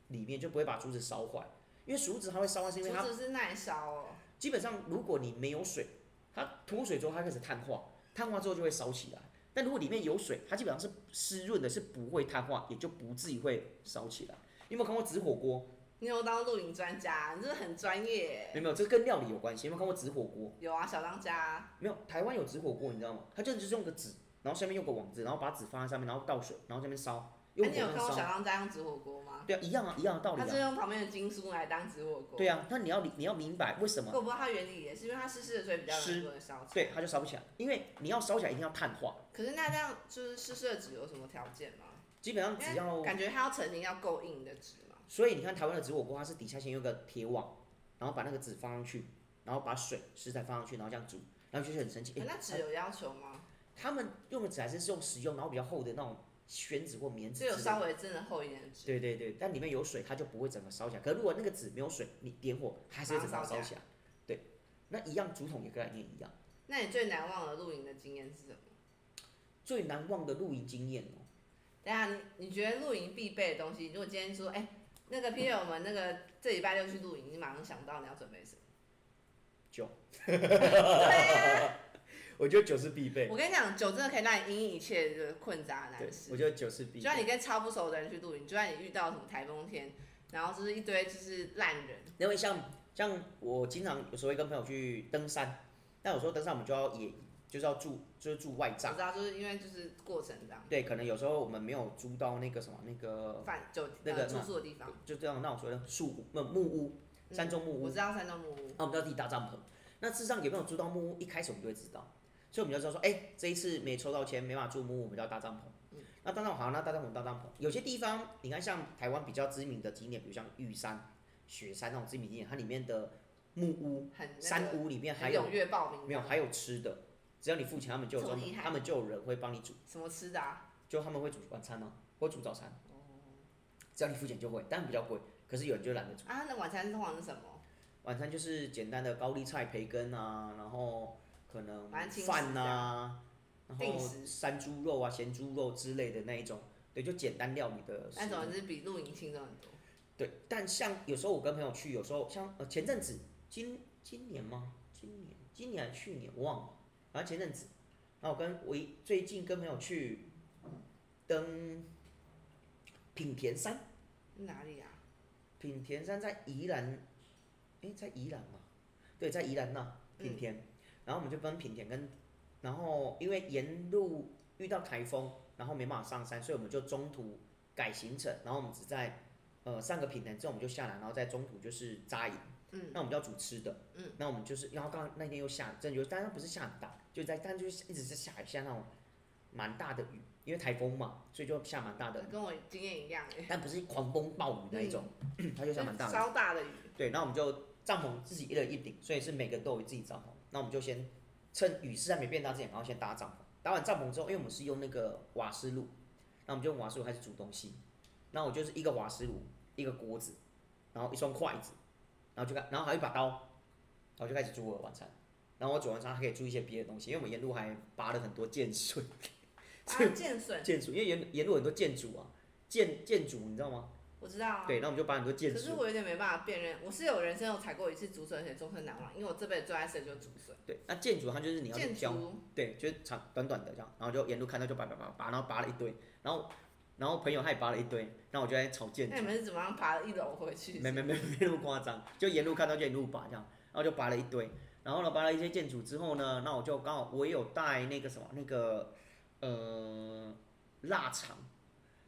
[SPEAKER 2] 里面，就不会把竹子烧坏。因为竹子它会烧坏，是因为它
[SPEAKER 1] 竹子是耐烧哦。
[SPEAKER 2] 基本上如果你没有水，它脱水之后它开始碳化，碳化之后就会烧起来。但如果里面有水，它基本上是湿润的，是不会碳化，也就不至于会烧起来。你有没有看过纸火锅？
[SPEAKER 1] 你有当露营专家，啊你真的很专业
[SPEAKER 2] 有
[SPEAKER 1] 欸。
[SPEAKER 2] 没有？这跟料理有关系。有没有看过纸火锅？
[SPEAKER 1] 有啊，小当家，
[SPEAKER 2] 没有，台湾有纸火锅，你知道吗？它真的就是用个纸，然后下面用个网子，然后把纸放在上面，然后倒水，然后这边烧，用
[SPEAKER 1] 哎你有
[SPEAKER 2] 火
[SPEAKER 1] 看过
[SPEAKER 2] 炭
[SPEAKER 1] 小
[SPEAKER 2] 烧。
[SPEAKER 1] 当家用纸火锅吗？
[SPEAKER 2] 对啊，一样啊，一样的道理
[SPEAKER 1] 他是
[SPEAKER 2] 啊。
[SPEAKER 1] 用旁边的经书来当纸火锅。
[SPEAKER 2] 对啊，那你要理你要明白为什
[SPEAKER 1] 可
[SPEAKER 2] 么
[SPEAKER 1] 我不知道它原理也是因为它湿湿的，所以比较
[SPEAKER 2] 湿
[SPEAKER 1] 难不能烧起来。
[SPEAKER 2] 对它就烧不起来，因为你要烧起来一定要碳化，
[SPEAKER 1] 可是那这样就是湿湿的纸有什么条件吗？
[SPEAKER 2] 基本上只要
[SPEAKER 1] 感觉它要成型要够硬的纸嘛。
[SPEAKER 2] 所以你看台湾的纸火锅，它是底下先用个铁网，然后把那个纸放上去，然后把水食材放上去，然后这样煮，然后就是很神奇。
[SPEAKER 1] 可
[SPEAKER 2] 诶
[SPEAKER 1] 啊那纸有要求吗？
[SPEAKER 2] 他们用的纸还是是用食用，然后比较厚的那种宣纸或棉
[SPEAKER 1] 只
[SPEAKER 2] 纸之类
[SPEAKER 1] 有
[SPEAKER 2] 的。
[SPEAKER 1] 稍微真的厚一点的纸。
[SPEAKER 2] 哎对对对，但里面有水，它就不会整个烧起来。可是如果那个纸没有水，你点火它还是会整个烧起来。对，那一样竹筒也跟概念一样。
[SPEAKER 1] 那你最难忘的露营的经验是什么？
[SPEAKER 2] 最难忘的露营经验哦，
[SPEAKER 1] 等一下你你觉得露营必备的东西，如果今天说，哎、那个 Peter，我们那个这礼拜六去露营，你马上想到你要准备什么？
[SPEAKER 2] 酒。
[SPEAKER 1] 对啊，
[SPEAKER 2] 我觉得酒是必备。
[SPEAKER 1] 我跟你讲，酒真的可以让你因应一切的困杂
[SPEAKER 2] 对
[SPEAKER 1] 难，事
[SPEAKER 2] 我。觉得酒是必
[SPEAKER 1] 就算你
[SPEAKER 2] 备。
[SPEAKER 1] 跟超不熟的人去露营，就算你遇到什么台风天，然后就是一堆就是烂人，
[SPEAKER 2] 因为像像我经常有时候会跟朋友去登山，但有时候登山我们就要野，就是要住就是住外
[SPEAKER 1] 我
[SPEAKER 2] 帐
[SPEAKER 1] 知。道就是因为就是过程这样，
[SPEAKER 2] 对，可能有时候我们没有租到那个什么那个，
[SPEAKER 1] 饭酒
[SPEAKER 2] 哦那个
[SPEAKER 1] 呃
[SPEAKER 2] 嘛
[SPEAKER 1] 住宿的地方，
[SPEAKER 2] 就这样那种所谓的树屋那木
[SPEAKER 1] 嗯
[SPEAKER 2] 屋，山中木屋。
[SPEAKER 1] 我知道山中木屋，
[SPEAKER 2] 那我们就要自己搭帐篷。那事实上有没有租到木屋，一开始我们就会知道，所以我们就知道说，哎、这一次没抽到签，没办法住木屋，我们就要搭帐篷。
[SPEAKER 1] 嗯
[SPEAKER 2] 那搭帐篷好，啊那搭帐篷搭帐篷。有些地方，你看像台湾比较知名的景点，比如像玉山、雪山那种知名景点，它里面的木屋、
[SPEAKER 1] 很那个
[SPEAKER 2] 山屋里面还
[SPEAKER 1] 很
[SPEAKER 2] 有
[SPEAKER 1] 踊跃报名，
[SPEAKER 2] 没有还有吃的，只要你付钱，他们就有
[SPEAKER 1] 这么
[SPEAKER 2] 专门
[SPEAKER 1] 厉害
[SPEAKER 2] 他们就有人会帮你煮，
[SPEAKER 1] 什么吃的啊？
[SPEAKER 2] 就他们会煮晚餐哦、或煮早餐。只要你付钱就会，但比较贵。可是有人就懒得煮，
[SPEAKER 1] 啊，那晚餐通常是什么？
[SPEAKER 2] 晚餐就是简单的高丽菜培根啊，然后可能
[SPEAKER 1] 蛮轻食
[SPEAKER 2] 饭啊，然
[SPEAKER 1] 定
[SPEAKER 2] 后
[SPEAKER 1] 时
[SPEAKER 2] 山猪肉啊、咸猪肉之类的那一种，对，就简单料理的食
[SPEAKER 1] 那总
[SPEAKER 2] 物。
[SPEAKER 1] 之比露营轻松很多。
[SPEAKER 2] 对，但像有时候我跟朋友去，有时候像呃前阵子今今年吗？今年今年还是去年我忘了，反正前阵子，然后我跟我一最近跟朋友去登品田山。
[SPEAKER 1] 哪里啊？
[SPEAKER 2] 品田山在宜兰，诶，在宜兰嘛，对，在宜兰那
[SPEAKER 1] 嗯
[SPEAKER 2] 品田，然后我们就分品田跟，然后因为沿路遇到台风，然后没办法上山，所以我们就中途改行程，然后我们只在呃上个品田之后我们就下来，然后在中途就是扎营，
[SPEAKER 1] 嗯
[SPEAKER 2] 那我们就要煮吃的，
[SPEAKER 1] 嗯，
[SPEAKER 2] 那我们就是，然后刚好那天又下真的有，但它不是下很大，就在但就是一直在下下那种蛮大的雨，因为台风嘛，所以就下蛮大的雨，
[SPEAKER 1] 跟我经验一样哎、
[SPEAKER 2] 但不是狂风暴雨那一种，
[SPEAKER 1] 嗯
[SPEAKER 2] 它就下蛮大的雨。
[SPEAKER 1] 超大的雨，
[SPEAKER 2] 对，那我们就帐篷自己一人一顶，所以是每个人都有自己帐篷。那我们就先趁雨势还没变大之前，然后先搭帐篷。搭完帐篷之后，因为我们是用那个瓦斯炉，那我们就用瓦斯炉开始煮东西。那我就是一个瓦斯炉，一个锅子，然后一双筷子，然后就开，然后还有一把刀，然后就开始煮我的晚餐。然后我煮完餐还可以煮一些别的东西，因为我们沿路还拔了很多箭 水，
[SPEAKER 1] 啊
[SPEAKER 2] 这，
[SPEAKER 1] 剑笋，
[SPEAKER 2] 箭竹，因为沿沿路很多箭竹啊，箭箭竹你知道吗？
[SPEAKER 1] 我知道啊。
[SPEAKER 2] 对，那我们就拔很多箭
[SPEAKER 1] 可
[SPEAKER 2] 竹
[SPEAKER 1] 是。我有点没办法辨认，我是有人生有采过一次竹笋，而且终身难忘，因为我这辈子最爱吃的就是竹笋。
[SPEAKER 2] 对，那箭竹它就是你要去
[SPEAKER 1] 建
[SPEAKER 2] 浇
[SPEAKER 1] 筑
[SPEAKER 2] 对，就是长短短的这样，然后就沿路看到就拔拔拔拔，然后拔了一堆，然后然后朋友他也拔了一堆，然后我就在炒建
[SPEAKER 1] 那你
[SPEAKER 2] 筑，
[SPEAKER 1] 们是怎么样爬一楼回去？
[SPEAKER 2] 没没没没那么夸张，就沿路看到就沿路拔这样，然后就拔了一堆，然后呢拔了一些建筑之后呢，那我就刚好我也有带那个什么那个呃腊肠，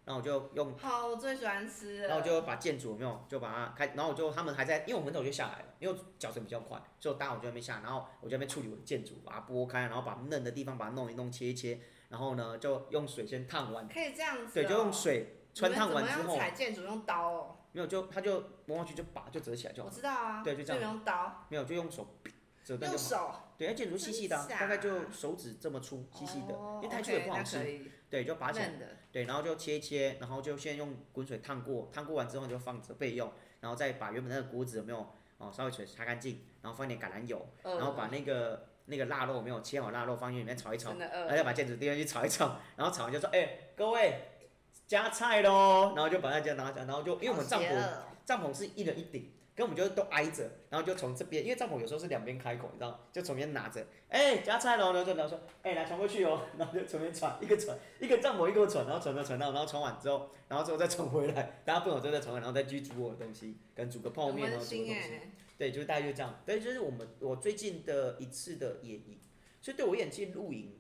[SPEAKER 2] 然后我就用，
[SPEAKER 1] 好，我最喜欢吃了。
[SPEAKER 2] 然后我就把建筑有没有就把它开，然后我就他们还在，因为我很早就下来了，因为我脚程比较快，所以我搭我就在那边下，然后我就在那边处理我的建筑，把它剥开，然后把嫩的地方把它弄一弄切一切，然后呢就用水先烫完。
[SPEAKER 1] 可以这样子、哦。
[SPEAKER 2] 对，就用水穿烫完之
[SPEAKER 1] 啊你们怎么
[SPEAKER 2] 后
[SPEAKER 1] 样，采建筑用刀哦，
[SPEAKER 2] 没有就它就摸上去就拔就折起来就
[SPEAKER 1] 我
[SPEAKER 2] 好，
[SPEAKER 1] 知道啊。
[SPEAKER 2] 对就这样
[SPEAKER 1] 你们用刀，
[SPEAKER 2] 没有就用手折断
[SPEAKER 1] 用
[SPEAKER 2] 就好。
[SPEAKER 1] 手，
[SPEAKER 2] 对，而且你说细细的啊，
[SPEAKER 1] 真假
[SPEAKER 2] 大概就手指这么粗，细细的，因为太粗也不好
[SPEAKER 1] 哦
[SPEAKER 2] 吃。
[SPEAKER 1] ，OK，
[SPEAKER 2] 对，就
[SPEAKER 1] 那
[SPEAKER 2] 拔
[SPEAKER 1] 可以
[SPEAKER 2] 起来，
[SPEAKER 1] 嫩的。
[SPEAKER 2] 对，然后就切一切，然后就先用滚水烫过，烫过完之后就放着备用，然后再把原本那个锅子有没有哦稍微水擦干净，然后放一点橄榄油，
[SPEAKER 1] 呃
[SPEAKER 2] 然后把那个那个腊肉有没有切好腊肉放进里面炒一炒
[SPEAKER 1] 真，的呃
[SPEAKER 2] 然后
[SPEAKER 1] 饿，
[SPEAKER 2] 再把建筑丢进去炒一炒，然后炒完就说，哎、各位加菜喽，然后就把那家拿起来，然后就因为我们
[SPEAKER 1] 好
[SPEAKER 2] 帐
[SPEAKER 1] 邪
[SPEAKER 2] 篷
[SPEAKER 1] 恶哦
[SPEAKER 2] 帐篷是一人一顶，跟我们就都挨着，然后就从这边，因为帐篷有时候是两边开口，你知道吗，就从边拿着，哎、夹菜喽，然后就然后说，哎、来传过去哦， 然后就从边传，一个传，一个帐篷一个传，然后传到传到，然后传完之后，然后之后再传回来，大家不友就再传回来，然后再去煮我的东西，跟煮个泡面，
[SPEAKER 1] 很
[SPEAKER 2] 然
[SPEAKER 1] 温
[SPEAKER 2] 后煮个
[SPEAKER 1] 馨
[SPEAKER 2] 东
[SPEAKER 1] 哎、
[SPEAKER 2] 西，对，就是大概就这样，对，就是我们我最近的一次的野营，所以对我演技露营，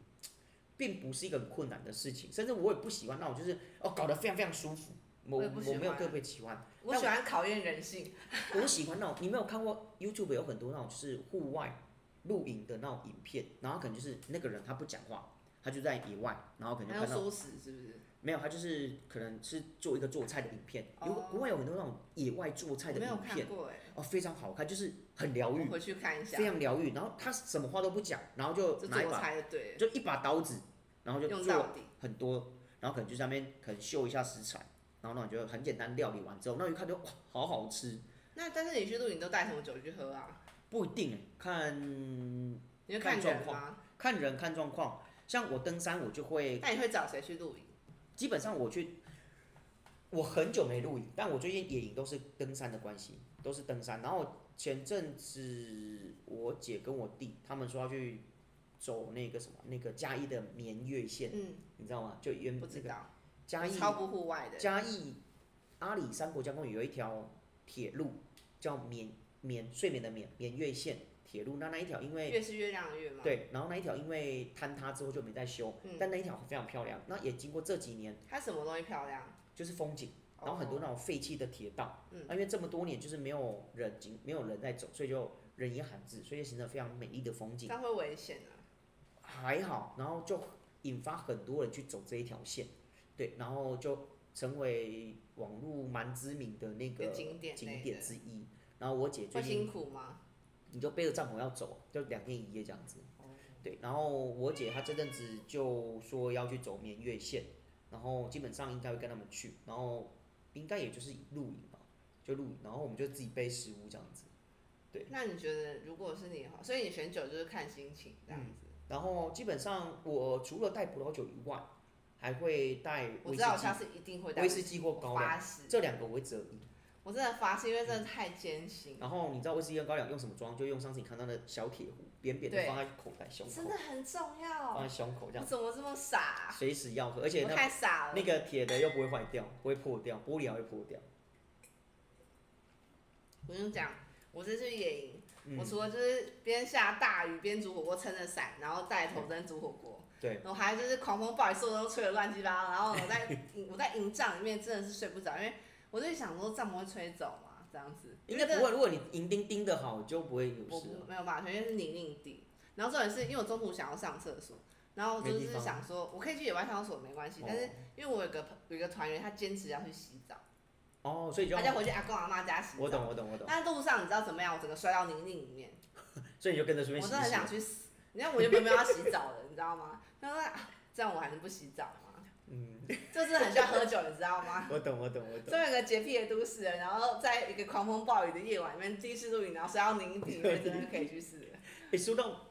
[SPEAKER 2] 并不是一个很困难的事情，甚至我也不喜欢那种就是哦搞得非常非常舒服，我
[SPEAKER 1] 我也不喜
[SPEAKER 2] 我没有
[SPEAKER 1] 欢
[SPEAKER 2] 特别喜欢，
[SPEAKER 1] 我喜欢考验人性。
[SPEAKER 2] 我喜欢那种，你没有看过 YouTube 有很多那种就是户外露营的那种影片，然后可能就是那个人他不讲话，他就在野外，然后可能
[SPEAKER 1] 还
[SPEAKER 2] 就
[SPEAKER 1] 要
[SPEAKER 2] 看到
[SPEAKER 1] 收拾是不是？
[SPEAKER 2] 没有，他就是可能是做一个做菜的影片，有
[SPEAKER 1] 哦
[SPEAKER 2] 国外有很多那种野外做菜
[SPEAKER 1] 我
[SPEAKER 2] 的
[SPEAKER 1] 没有
[SPEAKER 2] 影
[SPEAKER 1] 看
[SPEAKER 2] 片，
[SPEAKER 1] 过哎、
[SPEAKER 2] 哦非常好看，就是很疗
[SPEAKER 1] 我
[SPEAKER 2] 愈，
[SPEAKER 1] 回去看一下
[SPEAKER 2] 非。常疗愈。然后他什么话都不讲，然后就
[SPEAKER 1] 就
[SPEAKER 2] 拿一
[SPEAKER 1] 做
[SPEAKER 2] 把
[SPEAKER 1] 菜就对了，
[SPEAKER 2] 就一把刀子，然后就
[SPEAKER 1] 用
[SPEAKER 2] 做
[SPEAKER 1] 到底。
[SPEAKER 2] 很多，然后可能就在那边可能秀一下食材，然后那你就很简单料理完之后，那一看就哇好好吃，
[SPEAKER 1] 那但是你去露营都带什么酒去喝啊？
[SPEAKER 2] 不一定欸看
[SPEAKER 1] 你会看
[SPEAKER 2] 看
[SPEAKER 1] 人
[SPEAKER 2] 状况
[SPEAKER 1] 吗？
[SPEAKER 2] 看人看状况。像我登山，我就会
[SPEAKER 1] 那你会找谁去露营？
[SPEAKER 2] 基本上我去，我很久没露营，但我最近野营都是登山的关系，都是登山。然后前阵子我姐跟我弟他们说要去走那个什么那个嘉义的绵月线，
[SPEAKER 1] 嗯，
[SPEAKER 2] 你知道吗？就原
[SPEAKER 1] 不
[SPEAKER 2] 这
[SPEAKER 1] 知
[SPEAKER 2] 个
[SPEAKER 1] 道，
[SPEAKER 2] 嘉义
[SPEAKER 1] 超不户外的。
[SPEAKER 2] 嘉义阿里山国家公园有一条铁路叫绵绵睡眠的绵绵月线铁路，那那一条因为
[SPEAKER 1] 月是月亮的月吗？，
[SPEAKER 2] 对，然后那一条因为坍塌之后就没再修，
[SPEAKER 1] 嗯
[SPEAKER 2] 但那一条非常漂亮。那也经过这几年，
[SPEAKER 1] 它什么东西漂亮？
[SPEAKER 2] 就是风景，然后很多
[SPEAKER 1] 哦
[SPEAKER 2] 那种废弃的铁道，啊
[SPEAKER 1] 嗯
[SPEAKER 2] 那因为这么多年就是没有人经没有人在走，所以就人烟罕至，所以就形成非常美丽的风
[SPEAKER 1] 这
[SPEAKER 2] 景。
[SPEAKER 1] 样会危险啊。
[SPEAKER 2] 还好，然后就引发很多人去走这一条线，对，然后就成为网络蛮知名的那
[SPEAKER 1] 一
[SPEAKER 2] 个
[SPEAKER 1] 个景点类的
[SPEAKER 2] 景点之一。然后我姐最
[SPEAKER 1] 会辛
[SPEAKER 2] 近
[SPEAKER 1] 苦吗？
[SPEAKER 2] 你就背着帐篷要走，就两天一夜这样子。对，然后我姐她这阵子就说要去走绵月线，然后基本上应该会跟他们去，然后应该也就是露营吧，就露营，然后我们就自己背食物这样子。
[SPEAKER 1] 那你觉得如果是你的话，所以你选酒就是看心情这样子。
[SPEAKER 2] 然后基本上我除了带葡萄酒以外，还会带
[SPEAKER 1] 我
[SPEAKER 2] 威
[SPEAKER 1] 知
[SPEAKER 2] 士
[SPEAKER 1] 道我下
[SPEAKER 2] 忌，
[SPEAKER 1] 次一定会带
[SPEAKER 2] 威士忌或
[SPEAKER 1] 我
[SPEAKER 2] 高粱，
[SPEAKER 1] 发誓，
[SPEAKER 2] 这两个我会择一。
[SPEAKER 1] 我真的发誓，因为真的太艰辛，
[SPEAKER 2] 然后你知道威士忌跟高粱用什么装？就用上次你看到的小铁壶，扁扁的
[SPEAKER 1] 对
[SPEAKER 2] 放在口袋胸口
[SPEAKER 1] 真，的很重
[SPEAKER 2] 放
[SPEAKER 1] 要
[SPEAKER 2] 在。胸口
[SPEAKER 1] 我
[SPEAKER 2] 这样，
[SPEAKER 1] 怎么这么傻啊、
[SPEAKER 2] 随时要喝，而且
[SPEAKER 1] 我
[SPEAKER 2] 那
[SPEAKER 1] 太傻了。
[SPEAKER 2] 那个铁的又不会坏掉，不会破掉，玻璃还会破掉。
[SPEAKER 1] 我跟你讲，我这次野营，
[SPEAKER 2] 嗯
[SPEAKER 1] 我除了就是边下大雨边煮火锅，撑着伞，然后戴头灯煮火锅，
[SPEAKER 2] 对，
[SPEAKER 1] 我还就是狂风暴雨，所有都吹得乱七八糟。然后我在 我在营帐里面真的是睡不着，因为我就想说帐篷会吹走嘛，这样子
[SPEAKER 2] 应该
[SPEAKER 1] 因为
[SPEAKER 2] 不会。如果你银钉钉的好，就不会有
[SPEAKER 1] 我
[SPEAKER 2] 事了。
[SPEAKER 1] 没有办法，因为是泥泞地。然后重点是因为我中途想要上厕所，然后我就
[SPEAKER 2] 没地
[SPEAKER 1] 是
[SPEAKER 2] 方
[SPEAKER 1] 想说，我可以去野外上厕所没关系，但是因为我有个朋有一个团员，他坚持要去洗澡，
[SPEAKER 2] 哦，哦所以就
[SPEAKER 1] 他就回去阿公阿妈家洗澡。
[SPEAKER 2] 我懂，我懂，我懂。
[SPEAKER 1] 但是路上你知道怎么样？我整个摔到泥泞里面。
[SPEAKER 2] 所以你就跟着顺便
[SPEAKER 1] 我
[SPEAKER 2] 洗
[SPEAKER 1] 真的很想
[SPEAKER 2] 一洗。
[SPEAKER 1] 去死。你看我原本没有要洗澡的，你知道吗？然后啊这样我还能不洗澡吗？
[SPEAKER 2] 嗯，
[SPEAKER 1] 就是很像喝酒，你知道吗？
[SPEAKER 2] 我懂，我懂，我懂。
[SPEAKER 1] 作为一个洁癖的都市人，然后在一个狂风暴雨的夜晚里面，第一次露营，然后摔到泥底，我真的可以去死 了。
[SPEAKER 2] 诶，说到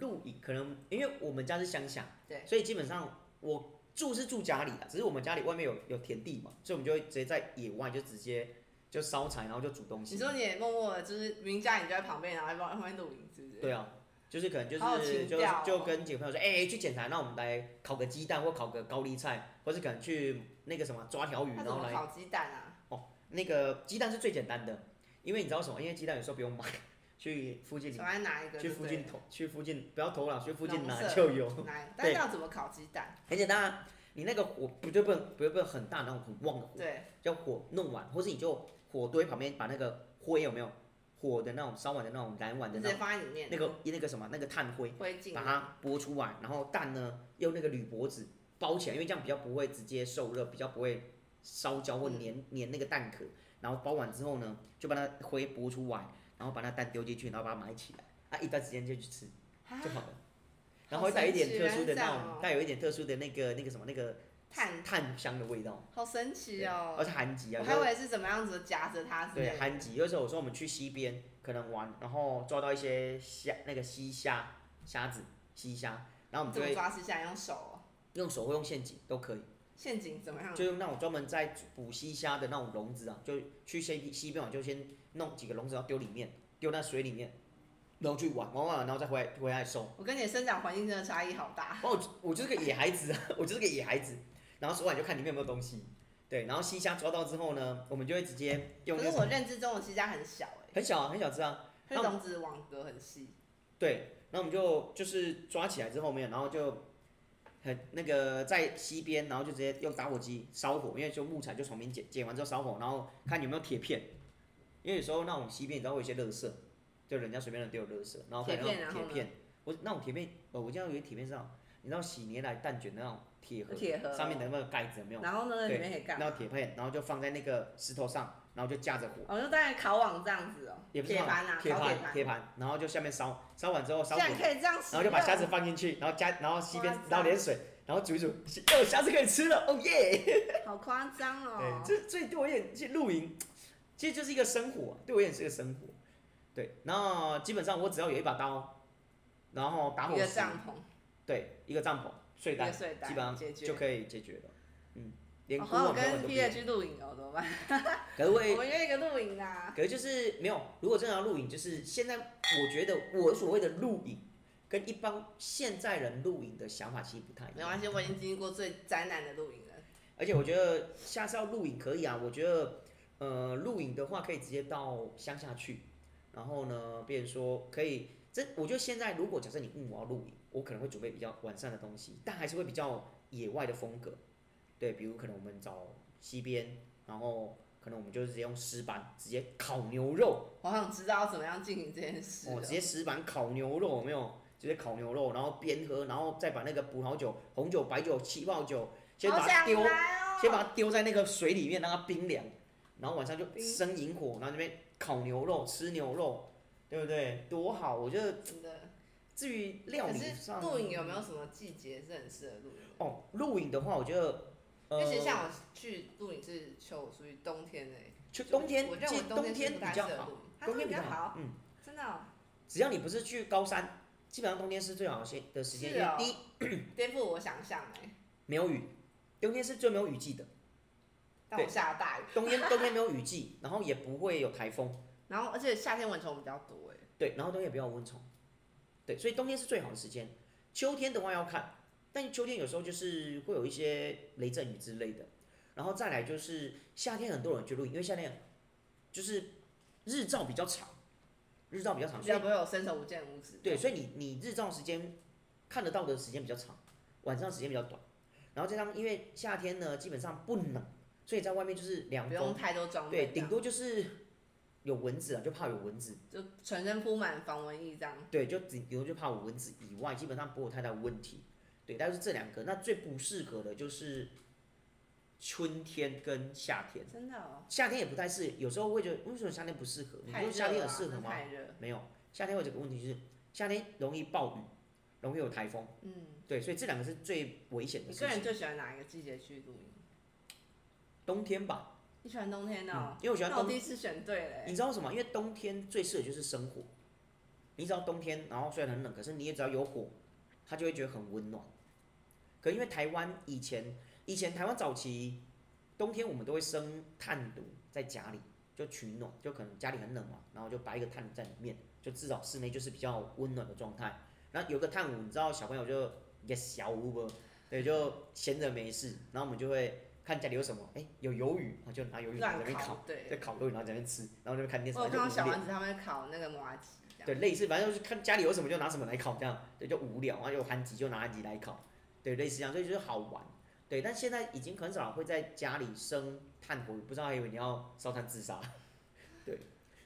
[SPEAKER 2] 露营，可能因为我们家是乡下，
[SPEAKER 1] 对
[SPEAKER 2] 所以基本上我住是住家里的，只是我们家里外面有有田地嘛，所以我们就会直接在野外就直接就烧柴，然后就煮东西。
[SPEAKER 1] 你说你也默默的，就是名家你就在旁边，然后在旁边露营，是不是？
[SPEAKER 2] 对啊，就是可能就
[SPEAKER 1] 好有
[SPEAKER 2] 是
[SPEAKER 1] 情
[SPEAKER 2] 就
[SPEAKER 1] 调哦
[SPEAKER 2] 就跟几个朋友说，哎、去检查，那我们来烤个鸡蛋或烤个高丽菜，或是可能去那个什么抓条鱼，
[SPEAKER 1] 他
[SPEAKER 2] 然
[SPEAKER 1] 怎
[SPEAKER 2] 后
[SPEAKER 1] 么
[SPEAKER 2] 来
[SPEAKER 1] 烤鸡蛋啊？
[SPEAKER 2] 那个鸡蛋是最简单的，因为你知道什么？因为鸡蛋有时候不用买，去附近
[SPEAKER 1] 赶快拿一个
[SPEAKER 2] 去
[SPEAKER 1] 就对了，
[SPEAKER 2] 附近投去附近不要投了，去附近拿
[SPEAKER 1] 农舍
[SPEAKER 2] 就有，
[SPEAKER 1] 拿，但
[SPEAKER 2] 对
[SPEAKER 1] 是要怎么烤鸡蛋？
[SPEAKER 2] 很简单啊。你那个火不就不能不不能很大那种很旺的火，
[SPEAKER 1] 对，
[SPEAKER 2] 叫火弄完，或是你就火堆旁边把那个灰有没有火的那种烧完的那种燃完的
[SPEAKER 1] 直
[SPEAKER 2] 那
[SPEAKER 1] 接
[SPEAKER 2] 种
[SPEAKER 1] 放在里面，
[SPEAKER 2] 那个那个什么那个炭灰，
[SPEAKER 1] 灰烬
[SPEAKER 2] 把它剥出来，然后蛋呢用那个铝箔纸包起来，因为这样比较不会直接受热，比较不会烧焦或
[SPEAKER 1] 嗯
[SPEAKER 2] 粘粘那个蛋壳。然后包完之后呢，就把它灰剥出来，然后把那蛋丢进去，然后把它埋起来，啊，一段时间就去吃
[SPEAKER 1] 啊
[SPEAKER 2] 就好了。然
[SPEAKER 1] 好
[SPEAKER 2] 后会带一
[SPEAKER 1] 神
[SPEAKER 2] 点
[SPEAKER 1] 奇
[SPEAKER 2] 特
[SPEAKER 1] 原来
[SPEAKER 2] 殊
[SPEAKER 1] 是
[SPEAKER 2] 的
[SPEAKER 1] 这
[SPEAKER 2] 那
[SPEAKER 1] 样
[SPEAKER 2] 种，
[SPEAKER 1] 哦
[SPEAKER 2] 带有一点特殊的那个那个什么那个
[SPEAKER 1] 炭，
[SPEAKER 2] 炭香的味道，
[SPEAKER 1] 好神奇哦！
[SPEAKER 2] 而且韩籍啊，
[SPEAKER 1] 我还以
[SPEAKER 2] 有时候
[SPEAKER 1] 为是怎么样子夹着它之类
[SPEAKER 2] 对
[SPEAKER 1] 的。
[SPEAKER 2] 韩籍，有时候我说我们去溪边可能玩，然后抓到一些虾那个溪虾虾子溪虾，然后我们
[SPEAKER 1] 怎
[SPEAKER 2] 就
[SPEAKER 1] 么
[SPEAKER 2] 会
[SPEAKER 1] 抓吃下来？用手、哦？
[SPEAKER 2] 用手或用陷阱都可以，
[SPEAKER 1] 陷阱怎么样？
[SPEAKER 2] 就用那种专门在捕溪虾的那种笼子啊，就去西西边玩，就先弄几个笼子，然后丢里面，丢在水里面，然后去玩玩玩，然后再回来回来收。
[SPEAKER 1] 我跟你的生长环境真的差异好大。
[SPEAKER 2] 哦，我就是个野孩子啊， 我就是个野孩子，然后手腕就看里面有没有东西。对，然后溪虾抓到之后呢，我们就会直接用
[SPEAKER 1] 可
[SPEAKER 2] 那
[SPEAKER 1] 是
[SPEAKER 2] 个什
[SPEAKER 1] 我
[SPEAKER 2] 么
[SPEAKER 1] 认知中的西家很小哎、
[SPEAKER 2] 很小啊，很小只啊，
[SPEAKER 1] 它
[SPEAKER 2] 那我
[SPEAKER 1] 种子网格很细，
[SPEAKER 2] 对，然后我们就就是抓起来之后没有，然后就很那个在溪边，然后就直接用打火机烧火，因为就木材就从边捡，捡完之后烧火，然后看有没有铁片，因为有时候那种溪边你知道会有一些垃圾，就人家随便人丢的垃圾，然后可能
[SPEAKER 1] 铁片
[SPEAKER 2] 那
[SPEAKER 1] 然
[SPEAKER 2] 种
[SPEAKER 1] 后
[SPEAKER 2] 铁
[SPEAKER 1] 呢
[SPEAKER 2] 片，我那种铁片，呃，我见到有些铁片上，你知道喜年来蛋卷的那种铁盒，
[SPEAKER 1] 铁盒
[SPEAKER 2] 上面的那个盖子有没有？
[SPEAKER 1] 然后呢，
[SPEAKER 2] 对
[SPEAKER 1] 里面可以干
[SPEAKER 2] 那
[SPEAKER 1] 嘛？
[SPEAKER 2] 种铁片，然后就放在那个石头上，然后就架着火，
[SPEAKER 1] 哦，就大概烤网这样子哦，
[SPEAKER 2] 也不是
[SPEAKER 1] 铁
[SPEAKER 2] 放
[SPEAKER 1] 盘啊，烤
[SPEAKER 2] 铁
[SPEAKER 1] 铁
[SPEAKER 2] 盘，铁盘，然后就下面烧，烧完之后烧
[SPEAKER 1] 竟然
[SPEAKER 2] 火，然
[SPEAKER 1] 可以这样使
[SPEAKER 2] 后
[SPEAKER 1] 用，
[SPEAKER 2] 就把虾子放进去，然后加，然后吸边
[SPEAKER 1] 夸，张
[SPEAKER 2] 然后连水，然后煮一煮，哦，虾子可以吃了，哦 耶！
[SPEAKER 1] 好夸张
[SPEAKER 2] 对
[SPEAKER 1] 哦，。
[SPEAKER 2] 这所以对我而言，其实露营其实就是一个生活，对我而言是个生活。对，然后基本上我只要有一把刀，然后打火
[SPEAKER 1] 一个
[SPEAKER 2] 石，
[SPEAKER 1] 帐篷，
[SPEAKER 2] 对，一个帐篷、睡
[SPEAKER 1] 一个
[SPEAKER 2] 袋，
[SPEAKER 1] 睡袋，
[SPEAKER 2] 基本上
[SPEAKER 1] 解决
[SPEAKER 2] 就可以解决了。嗯，连
[SPEAKER 1] 哦
[SPEAKER 2] 锅
[SPEAKER 1] 好想
[SPEAKER 2] 碗瓢
[SPEAKER 1] 跟哦
[SPEAKER 2] 盆都不用。
[SPEAKER 1] PH 露营哦，怎么办？
[SPEAKER 2] 可是会
[SPEAKER 1] 我们约一个露营啊，
[SPEAKER 2] 可是就是没有，如果真的要露营，就是现在我觉得我所谓的露营，跟一般现在人露营的想法其实不太一
[SPEAKER 1] 没
[SPEAKER 2] 样。
[SPEAKER 1] 关系，我已经经历过最灾难的露营了。
[SPEAKER 2] 而且我觉得下次要露营可以啊，我觉得呃露营的话可以直接到乡下去，然后呢，别人说可以。这我觉得现在如果假设你问我要露营，我可能会准备比较完善的东西，但还是会比较野外的风格。对，比如可能我们找溪边，然后可能我们就直接用石板直接烤牛肉，
[SPEAKER 1] 我好想知道怎么样进行这件事
[SPEAKER 2] 哦，
[SPEAKER 1] 哦。
[SPEAKER 2] 直接石板烤牛肉有没有？直接烤牛肉，然后边喝，然后再把那个葡萄酒、红酒、白酒、气泡酒，先把
[SPEAKER 1] 好
[SPEAKER 2] 它
[SPEAKER 1] 想
[SPEAKER 2] 丢，
[SPEAKER 1] 来哦！
[SPEAKER 2] 先把它丢在那个水里面，让它冰凉，然后晚上就
[SPEAKER 1] 冰
[SPEAKER 2] 生引火，然后这边烤牛肉、吃牛肉，对不对？多好！我觉得
[SPEAKER 1] 真的。
[SPEAKER 2] 至于料
[SPEAKER 1] 可
[SPEAKER 2] 理
[SPEAKER 1] 是
[SPEAKER 2] 上，
[SPEAKER 1] 露营有没有什么季节是很适合露营的？
[SPEAKER 2] 哦，露营的话，我觉得，
[SPEAKER 1] 因
[SPEAKER 2] 呃
[SPEAKER 1] 为，其实像我去露营是秋，属于冬天的欸。
[SPEAKER 2] 就冬天，
[SPEAKER 1] 我认
[SPEAKER 2] 其
[SPEAKER 1] 为
[SPEAKER 2] 实冬
[SPEAKER 1] 天
[SPEAKER 2] 天
[SPEAKER 1] 是不
[SPEAKER 2] 比
[SPEAKER 1] 太
[SPEAKER 2] 较
[SPEAKER 1] 适合
[SPEAKER 2] 好
[SPEAKER 1] 露，营，它
[SPEAKER 2] 冬天
[SPEAKER 1] 比较
[SPEAKER 2] 好
[SPEAKER 1] 好，，
[SPEAKER 2] 嗯。
[SPEAKER 1] 真的哦
[SPEAKER 2] 只要你不是去高山，基本上冬天是最好的时的时间，
[SPEAKER 1] 是
[SPEAKER 2] 因为
[SPEAKER 1] 哦
[SPEAKER 2] 第一
[SPEAKER 1] 颠覆我想象哎。
[SPEAKER 2] 没有雨，冬天是最没有雨季的。
[SPEAKER 1] 但我
[SPEAKER 2] 对
[SPEAKER 1] 下大雨，
[SPEAKER 2] 冬天冬天没有雨季，然后也不会有台风，
[SPEAKER 1] 然后而且夏天蚊虫比较多哎。
[SPEAKER 2] 对，然后冬天也不要有蚊虫，对，所以冬天是最好的时间。秋天的话要看，但秋天有时候就是会有一些雷阵雨之类的，然后再来就是夏天很多人去露营，因为夏天就是日照比较长，日照比较长，
[SPEAKER 1] 比
[SPEAKER 2] 所以
[SPEAKER 1] 较不会有伸手不见五指。
[SPEAKER 2] 对，，所以你你日照时间看得到的时间比较长，晚上时间比较短，然后加上因为夏天呢基本上不冷，所以在外面就是凉
[SPEAKER 1] 不
[SPEAKER 2] 风
[SPEAKER 1] 用，太多装备
[SPEAKER 2] 对，
[SPEAKER 1] 这样，
[SPEAKER 2] 顶多就是有蚊子啊，就怕有蚊子，
[SPEAKER 1] 就全身铺满防蚊液这样。
[SPEAKER 2] 对，就顶顶多就怕有蚊子以外，基本上不会有太大问题。对，但是这两个，那最不适合的就是春天跟夏天，
[SPEAKER 1] 真的哦，
[SPEAKER 2] 夏天也不太适，有时候会觉得为什么夏天不适合？你
[SPEAKER 1] 太
[SPEAKER 2] 说
[SPEAKER 1] 热
[SPEAKER 2] 夏天
[SPEAKER 1] 了
[SPEAKER 2] 很适合
[SPEAKER 1] 那
[SPEAKER 2] 吗？
[SPEAKER 1] 太热，
[SPEAKER 2] 没有，夏天会有这个问题就是夏天容易暴雨，容易有台风，
[SPEAKER 1] 嗯。
[SPEAKER 2] 对，所以这两个是最危险的
[SPEAKER 1] 你
[SPEAKER 2] 事
[SPEAKER 1] 个人
[SPEAKER 2] 情。
[SPEAKER 1] 最喜欢哪一个季节去露营？
[SPEAKER 2] 冬天吧，
[SPEAKER 1] 你喜欢冬天
[SPEAKER 2] 嗯
[SPEAKER 1] 哦，，
[SPEAKER 2] 因为我喜欢
[SPEAKER 1] 那我
[SPEAKER 2] 冬
[SPEAKER 1] 第一次选对欸
[SPEAKER 2] 你
[SPEAKER 1] 嘞。
[SPEAKER 2] 知道为什么？因为冬天最适合就是生火。你知道冬天，然后虽然很冷，可是你也只要有火，它就会觉得很温暖。可因为台湾以前，以前台湾早期冬天我们都会生炭炉在家里，就取暖，就可能家里很冷嘛，然后就摆一个炭炉在里面，就至少室内就是比较温暖的状态。然后有个炭炉，你知道小朋友就也小屋不，对，就闲着没事，然后我们就会看家里有什么，哎，有鱿鱼，我就拿鱿鱼嗯在那
[SPEAKER 1] 乱
[SPEAKER 2] 边烤
[SPEAKER 1] 烤，。
[SPEAKER 2] 在
[SPEAKER 1] 对，
[SPEAKER 2] 烤肉，然后在那边吃，然后在那边看电视，
[SPEAKER 1] 我有
[SPEAKER 2] 然
[SPEAKER 1] 哦看到
[SPEAKER 2] 后就
[SPEAKER 1] 小
[SPEAKER 2] 无聊
[SPEAKER 1] 丸。子他们会烤那个麻吉，这样
[SPEAKER 2] 对，类似，反正就是看家里有什么就拿什么来烤，这样对，就无聊，然后有韩籍就拿韩籍来烤，对，类似这样，所以就是好玩。对，但现在已经很少会在家里生炭火，不知道还以为你要烧炭自杀。 对，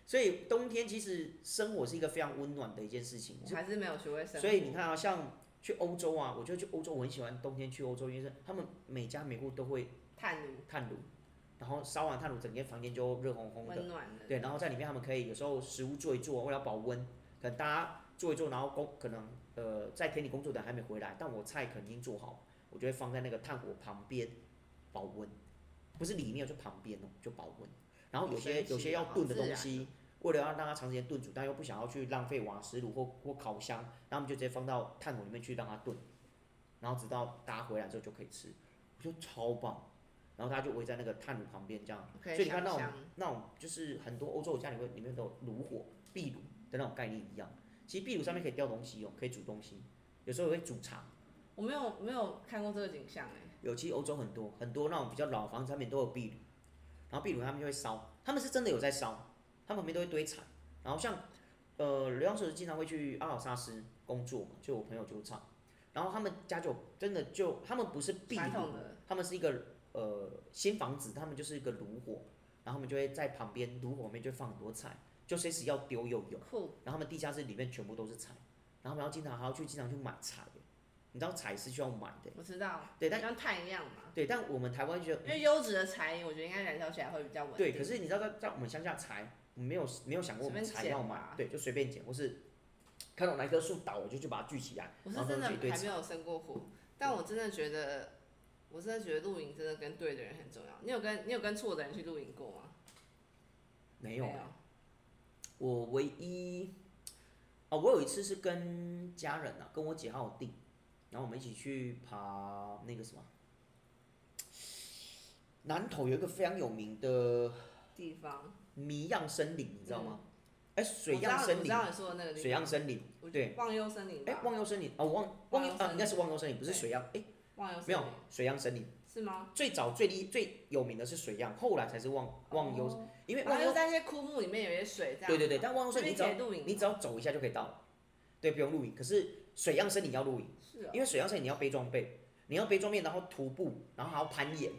[SPEAKER 2] 所以冬天其实生火是一个非常温暖的一件事情，
[SPEAKER 1] 我还是没有学会生。
[SPEAKER 2] 所以你，看啊，像去欧洲啊，我觉得去欧洲我很喜欢冬天去欧洲，因为是他们每家每户都会
[SPEAKER 1] 炭炉
[SPEAKER 2] 炭炉，然后烧完炭炉，整间房间就热烘烘的
[SPEAKER 1] 温。暖的，
[SPEAKER 2] 对，然后在里面他们可以有时候食物做一做，为了保温，可能大家做一做，然后工可能呃在田里工作的人还没回来，但我菜肯定做好，我就会放在那个炭火旁边保温，不是里面就旁边哦，就保温。然后有
[SPEAKER 1] 好
[SPEAKER 2] 些
[SPEAKER 1] 神奇
[SPEAKER 2] 有些要
[SPEAKER 1] 哦好
[SPEAKER 2] 炖的
[SPEAKER 1] 自
[SPEAKER 2] 东
[SPEAKER 1] 然
[SPEAKER 2] 西，为了要让它长时间炖煮，但又不想要去浪费瓦斯炉或或烤箱，然后我们就直接放到炭火里面去让它炖，然后直到大家回来之后就可以吃，我觉得超棒。然后大家就围在那个炭炉旁边这样，
[SPEAKER 1] 我可
[SPEAKER 2] 所
[SPEAKER 1] 以
[SPEAKER 2] 以你看
[SPEAKER 1] 想
[SPEAKER 2] 那种
[SPEAKER 1] 象。
[SPEAKER 2] 那种就是很多欧洲家里会里面都有炉火、壁炉的那种概念一样。其实壁炉上面可以吊东西哦，可以煮东西，有时候也会煮茶。
[SPEAKER 1] 我没有没有看过这个景象哎，
[SPEAKER 2] 尤其欧洲很多很多那种比较老房子上面都有壁炉，然后壁炉他们就会烧，他们是真的有在烧，他们旁边都会堆柴。然后像呃，刘洋叔经常会去阿尔萨斯工作嘛，就我朋友酒厂，然后他们家就真的就他们不是壁
[SPEAKER 1] 传
[SPEAKER 2] 炉
[SPEAKER 1] 统，的
[SPEAKER 2] 他们是一个呃新房子，他们就是一个炉火，然后他们就会在旁边炉火旁边就放很多菜，就随时要丢又有。
[SPEAKER 1] 酷，
[SPEAKER 2] 然后他们地下室里面全部都是柴，然后他们要经常还要去经常去买柴，你知道柴是需要买的，
[SPEAKER 1] 我知道，
[SPEAKER 2] 对，但
[SPEAKER 1] 像碳一样嘛，
[SPEAKER 2] 对，但我们台湾觉得
[SPEAKER 1] 因为优质的柴油，我觉得应该燃烧起来会比较稳定。
[SPEAKER 2] 对，可是你知道在在我们乡下柴，我们没有没有想过我们
[SPEAKER 1] 随便
[SPEAKER 2] 柴要
[SPEAKER 1] 捡
[SPEAKER 2] 买
[SPEAKER 1] 吧，
[SPEAKER 2] 对，就随便捡，或是看到哪一棵树倒，我就去把它锯起来，
[SPEAKER 1] 我
[SPEAKER 2] 然
[SPEAKER 1] 是
[SPEAKER 2] 后
[SPEAKER 1] 真的
[SPEAKER 2] 弄成一堆
[SPEAKER 1] 还没
[SPEAKER 2] 柴。
[SPEAKER 1] 有生过火，但我真的觉得，我真的觉得露营真的跟对的人很重要。你有跟你有跟错的人去露营过吗？
[SPEAKER 2] 没有，啊我唯一哦，我有一次是跟家人啊，跟我姐还有我弟，然后我们一起去爬那个什么，南头有一个非常有名的
[SPEAKER 1] 地方，
[SPEAKER 2] 迷样森林，你知道吗？哎、水
[SPEAKER 1] 我知道
[SPEAKER 2] 样森
[SPEAKER 1] 嗯我知
[SPEAKER 2] 林，
[SPEAKER 1] 道你说的那个地方，
[SPEAKER 2] 水样森林，
[SPEAKER 1] 我觉得
[SPEAKER 2] 对
[SPEAKER 1] 忘忧森林
[SPEAKER 2] 哎、
[SPEAKER 1] 吧，
[SPEAKER 2] 忘忧森林哦，忘忘
[SPEAKER 1] 忘
[SPEAKER 2] 忧
[SPEAKER 1] 忧森
[SPEAKER 2] 啊，
[SPEAKER 1] 林
[SPEAKER 2] 应该是忘忧森林，不是
[SPEAKER 1] 对
[SPEAKER 2] 水样，哎、
[SPEAKER 1] 忘忧森
[SPEAKER 2] 没有
[SPEAKER 1] 林
[SPEAKER 2] 水样森林，
[SPEAKER 1] 是吗？
[SPEAKER 2] 最早最厉最有名的是水样，后来才是忘忘忧，
[SPEAKER 1] 哦，
[SPEAKER 2] 因为
[SPEAKER 1] 然
[SPEAKER 2] 忘
[SPEAKER 1] 后就
[SPEAKER 2] 忧，
[SPEAKER 1] 在一些枯木里面有一些水这样，
[SPEAKER 2] 对对对，，但忘忧
[SPEAKER 1] 那
[SPEAKER 2] 森林
[SPEAKER 1] 边可
[SPEAKER 2] 哦你只
[SPEAKER 1] 以
[SPEAKER 2] 要
[SPEAKER 1] 露营吗，
[SPEAKER 2] 你只要走一下就可以到了，对，不用露营，可是水样森林要露营。
[SPEAKER 1] 是哦
[SPEAKER 2] 因为水上森林你要背装备，你要背装备，然后徒步，然后还要攀岩，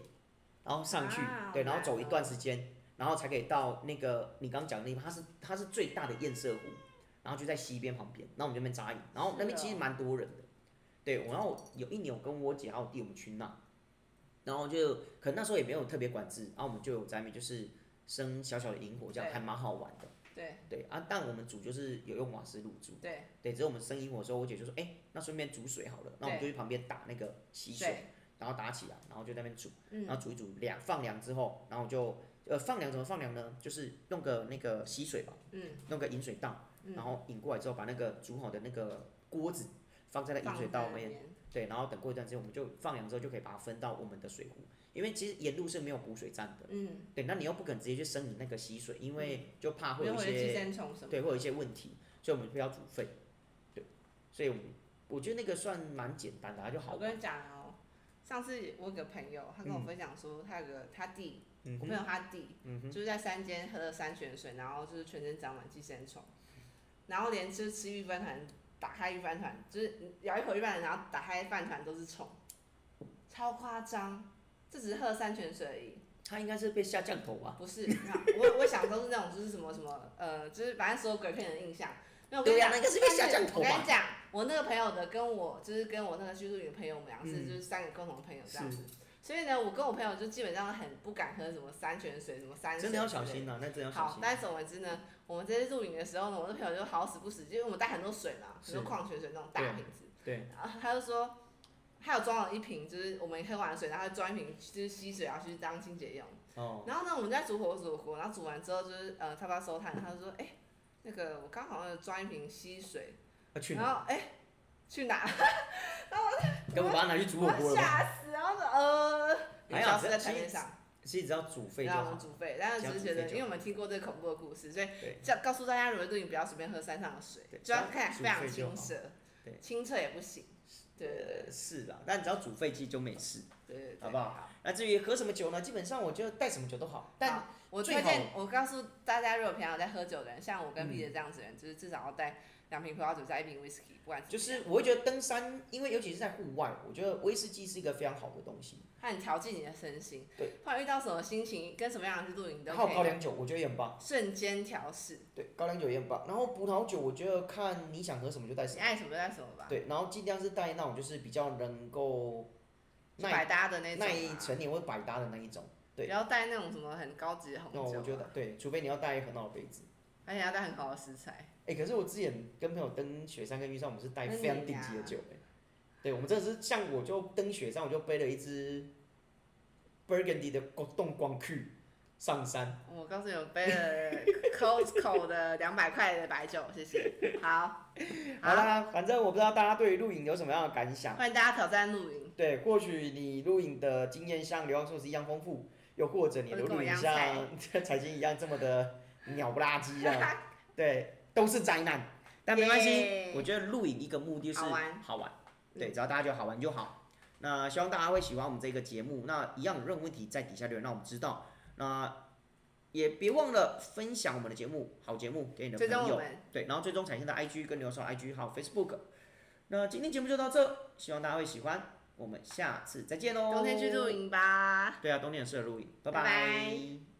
[SPEAKER 2] 然后上去，
[SPEAKER 1] 啊
[SPEAKER 2] 对，
[SPEAKER 1] 好
[SPEAKER 2] 然后走
[SPEAKER 1] 难
[SPEAKER 2] 一
[SPEAKER 1] 哦
[SPEAKER 2] 段时间，然后才可以到那个你刚刚讲的那个，它是它是最大的堰塞湖，然后就在西边旁边，然后我们这边扎营，然后那
[SPEAKER 1] 是
[SPEAKER 2] 边
[SPEAKER 1] 哦
[SPEAKER 2] 其实蛮多人的，对，我然后有一年我跟我姐还有弟我们去那，然后就可能那时候也没有特别管制，然后我们就有在那边就是生小小的萤火，这样
[SPEAKER 1] 对
[SPEAKER 2] 还蛮好玩的，
[SPEAKER 1] 对
[SPEAKER 2] 对啊，但我们煮就是有用瓦斯炉煮。
[SPEAKER 1] 对
[SPEAKER 2] 对，只有我们生萤火的时候，我姐就说：“哎、那顺便煮水好了。”那我们就去旁边打那个溪水，
[SPEAKER 1] 对，
[SPEAKER 2] 然后打起来，然后就在那边煮，
[SPEAKER 1] 嗯
[SPEAKER 2] 然后煮一煮凉，放凉之后，然后就呃放凉怎么放凉呢？就是用个那个溪水吧，
[SPEAKER 1] 嗯，
[SPEAKER 2] 弄个引水道，
[SPEAKER 1] 嗯
[SPEAKER 2] 然后引过来之后，把那个煮好的那个锅子放在那引水
[SPEAKER 1] 放在
[SPEAKER 2] 道里
[SPEAKER 1] 那
[SPEAKER 2] 面，
[SPEAKER 1] 边
[SPEAKER 2] 对，然后等过一段时间，我们就放凉之后就可以把它分到我们的水壶，因为其实沿路是没有补水站的，
[SPEAKER 1] 嗯，
[SPEAKER 2] 对，那你又不肯直接去生你那个溪水，因为就怕啊会
[SPEAKER 1] 因为
[SPEAKER 2] 有一
[SPEAKER 1] 我有
[SPEAKER 2] 些
[SPEAKER 1] 寄生虫什么的，
[SPEAKER 2] 对，会有一些问题，所以我们不要煮沸。对，所以我们我觉得那个算蛮简单的，它就好
[SPEAKER 1] 我
[SPEAKER 2] 玩。
[SPEAKER 1] 跟你讲哦，上次我有个朋友，他跟我分享说，他有个他弟，
[SPEAKER 2] 嗯
[SPEAKER 1] 我
[SPEAKER 2] 哼
[SPEAKER 1] 朋友他弟，就是在山间喝了山泉水，然后就是全身长满寄生虫，然后连就是吃玉饭团，打开玉饭团，就是咬一口玉饭团，然后打开饭团都是虫，超夸张。这只是喝山泉水而已，
[SPEAKER 2] 它应该是被下降头吧？
[SPEAKER 1] 不是。我我想都是那种就是什么什么呃，就是反正所有鬼片的印象。没有，我跟
[SPEAKER 2] 对
[SPEAKER 1] 你
[SPEAKER 2] 呀、
[SPEAKER 1] 讲
[SPEAKER 2] 那应该是被下降头
[SPEAKER 1] 我跟你
[SPEAKER 2] 吧？
[SPEAKER 1] 讲，我那个朋友的跟我就是跟我那个居住营的朋友，我们俩是
[SPEAKER 2] 嗯
[SPEAKER 1] 就是三个共同的朋友这样
[SPEAKER 2] 是
[SPEAKER 1] 子。所以呢，我跟我朋友就基本上很不敢喝什么山泉水、什么山水，
[SPEAKER 2] 真的要小。心啊，那真的要小
[SPEAKER 1] 好，
[SPEAKER 2] 心。
[SPEAKER 1] 但总而言之呢，我们这次露营的时候呢，我的朋友就好死不死，因为我们带很多水嘛，很多
[SPEAKER 2] 是
[SPEAKER 1] 矿泉水那种大
[SPEAKER 2] 对
[SPEAKER 1] 瓶子，
[SPEAKER 2] 对，
[SPEAKER 1] 然后他就说，他有装了一瓶，就是我们喝完的水，然后装一瓶就是溪水，然后去当清洁用。
[SPEAKER 2] 哦，
[SPEAKER 1] 然后呢，我们在煮火煮火，然后煮完之后就是呃，他爸收摊，他就说，哎、那个我刚好像装一瓶溪水，
[SPEAKER 2] 要去
[SPEAKER 1] 然
[SPEAKER 2] 哪？
[SPEAKER 1] 后哎、去哪？
[SPEAKER 2] 根本把它拿去煮火
[SPEAKER 1] 我
[SPEAKER 2] 锅了 吧？
[SPEAKER 1] 吓死！然后说呃，
[SPEAKER 2] 还
[SPEAKER 1] 消
[SPEAKER 2] 好
[SPEAKER 1] 失
[SPEAKER 2] 只
[SPEAKER 1] 在
[SPEAKER 2] 要
[SPEAKER 1] 台
[SPEAKER 2] 其
[SPEAKER 1] 面
[SPEAKER 2] 实
[SPEAKER 1] 上，
[SPEAKER 2] 其实只要煮沸就
[SPEAKER 1] 让我
[SPEAKER 2] 好
[SPEAKER 1] 们。煮沸。但是只是觉
[SPEAKER 2] 这
[SPEAKER 1] 得，
[SPEAKER 2] 样煮沸就好
[SPEAKER 1] 因为我们听过这个恐怖的故事，所以
[SPEAKER 2] 对
[SPEAKER 1] 叫告诉大家，如果你不要随便喝山上的水
[SPEAKER 2] 对，
[SPEAKER 1] 就要看非常
[SPEAKER 2] 煮沸就
[SPEAKER 1] 清
[SPEAKER 2] 好
[SPEAKER 1] 澈
[SPEAKER 2] 对，
[SPEAKER 1] 清澈也不行。对对对
[SPEAKER 2] 呃，是啦，但只要煮沸其实就没事。
[SPEAKER 1] 对对，对
[SPEAKER 2] 好不好？那至于喝什么酒呢？基本上我觉得带什么酒都好，但
[SPEAKER 1] 好我
[SPEAKER 2] 最
[SPEAKER 1] 推荐，我告诉大家，如果平常有在喝酒的人，像我跟
[SPEAKER 2] 嗯
[SPEAKER 1] B 的这样子的人，就是至少要带两瓶葡萄酒加一瓶 whisky，不管怎么样
[SPEAKER 2] 就是我会觉得登山，因为尤其是在户外，我觉得威士忌是一个非常好的东西。
[SPEAKER 1] 它很调剂你的身心。
[SPEAKER 2] 对，
[SPEAKER 1] 后来遇到什么心情，跟什么样的去露营都
[SPEAKER 2] 还有高
[SPEAKER 1] 可以
[SPEAKER 2] 粱酒，我觉得也很棒。
[SPEAKER 1] 瞬间调试，
[SPEAKER 2] 对，高粱酒也很棒。然后葡萄酒，我觉得看你想喝什么就带什
[SPEAKER 1] 你
[SPEAKER 2] 么。
[SPEAKER 1] 爱什么就爱什么吧。
[SPEAKER 2] 对，然后尽量是带那种就是比较能够
[SPEAKER 1] 一百
[SPEAKER 2] 耐
[SPEAKER 1] 搭的那种、
[SPEAKER 2] 耐
[SPEAKER 1] 啊，
[SPEAKER 2] 陈年或百搭的那一种。对
[SPEAKER 1] 不要带那种什么很高级的红
[SPEAKER 2] 那
[SPEAKER 1] 酒、啊，
[SPEAKER 2] 我觉得对，除非你要带很好的杯子。
[SPEAKER 1] 而且要带很好的食材，
[SPEAKER 2] 哎、可是我之前跟朋友登雪山跟玉山，我们是带
[SPEAKER 1] 那你
[SPEAKER 2] 非常顶级的
[SPEAKER 1] 呀
[SPEAKER 2] 酒哎、对，我们真的是像我就登雪山，我就背了一支 Burgundy 的冻光去上山。
[SPEAKER 1] 我告诉你，我背了 Costco 的两百块的白酒， 谢谢。好，
[SPEAKER 2] 好，啦，
[SPEAKER 1] 啊
[SPEAKER 2] 反正我不知道大家对于露营有什么样的感想。
[SPEAKER 1] 欢迎大家挑战露营，
[SPEAKER 2] 对，或许你录影的经验像刘洋硕是一样丰富，又或者你的
[SPEAKER 1] 或者跟
[SPEAKER 2] 录
[SPEAKER 1] 我一
[SPEAKER 2] 影
[SPEAKER 1] 样
[SPEAKER 2] 像财经一样这么的鸟不拉几啊， 对，都是灾难，但没关系
[SPEAKER 1] 耶，
[SPEAKER 2] 我觉得录影一个目的是
[SPEAKER 1] 好玩嗯
[SPEAKER 2] 好玩对，只要大家觉得好玩就好。那希望大家会喜欢我们这个节目，那一样有任何问题在底下留言让我们知道，那也别忘了分享我们的节目，好节目给你的
[SPEAKER 1] 追踪
[SPEAKER 2] 朋
[SPEAKER 1] 我
[SPEAKER 2] 友。
[SPEAKER 1] 们，
[SPEAKER 2] 对，然后最终产生的 IG 跟刘少 IG 还有 Facebook。那今天节目就到这，希望大家会喜欢，我们下次再见喽。
[SPEAKER 1] 冬天去露。营吧。
[SPEAKER 2] 对啊，冬天很适合露营。拜
[SPEAKER 1] 拜拜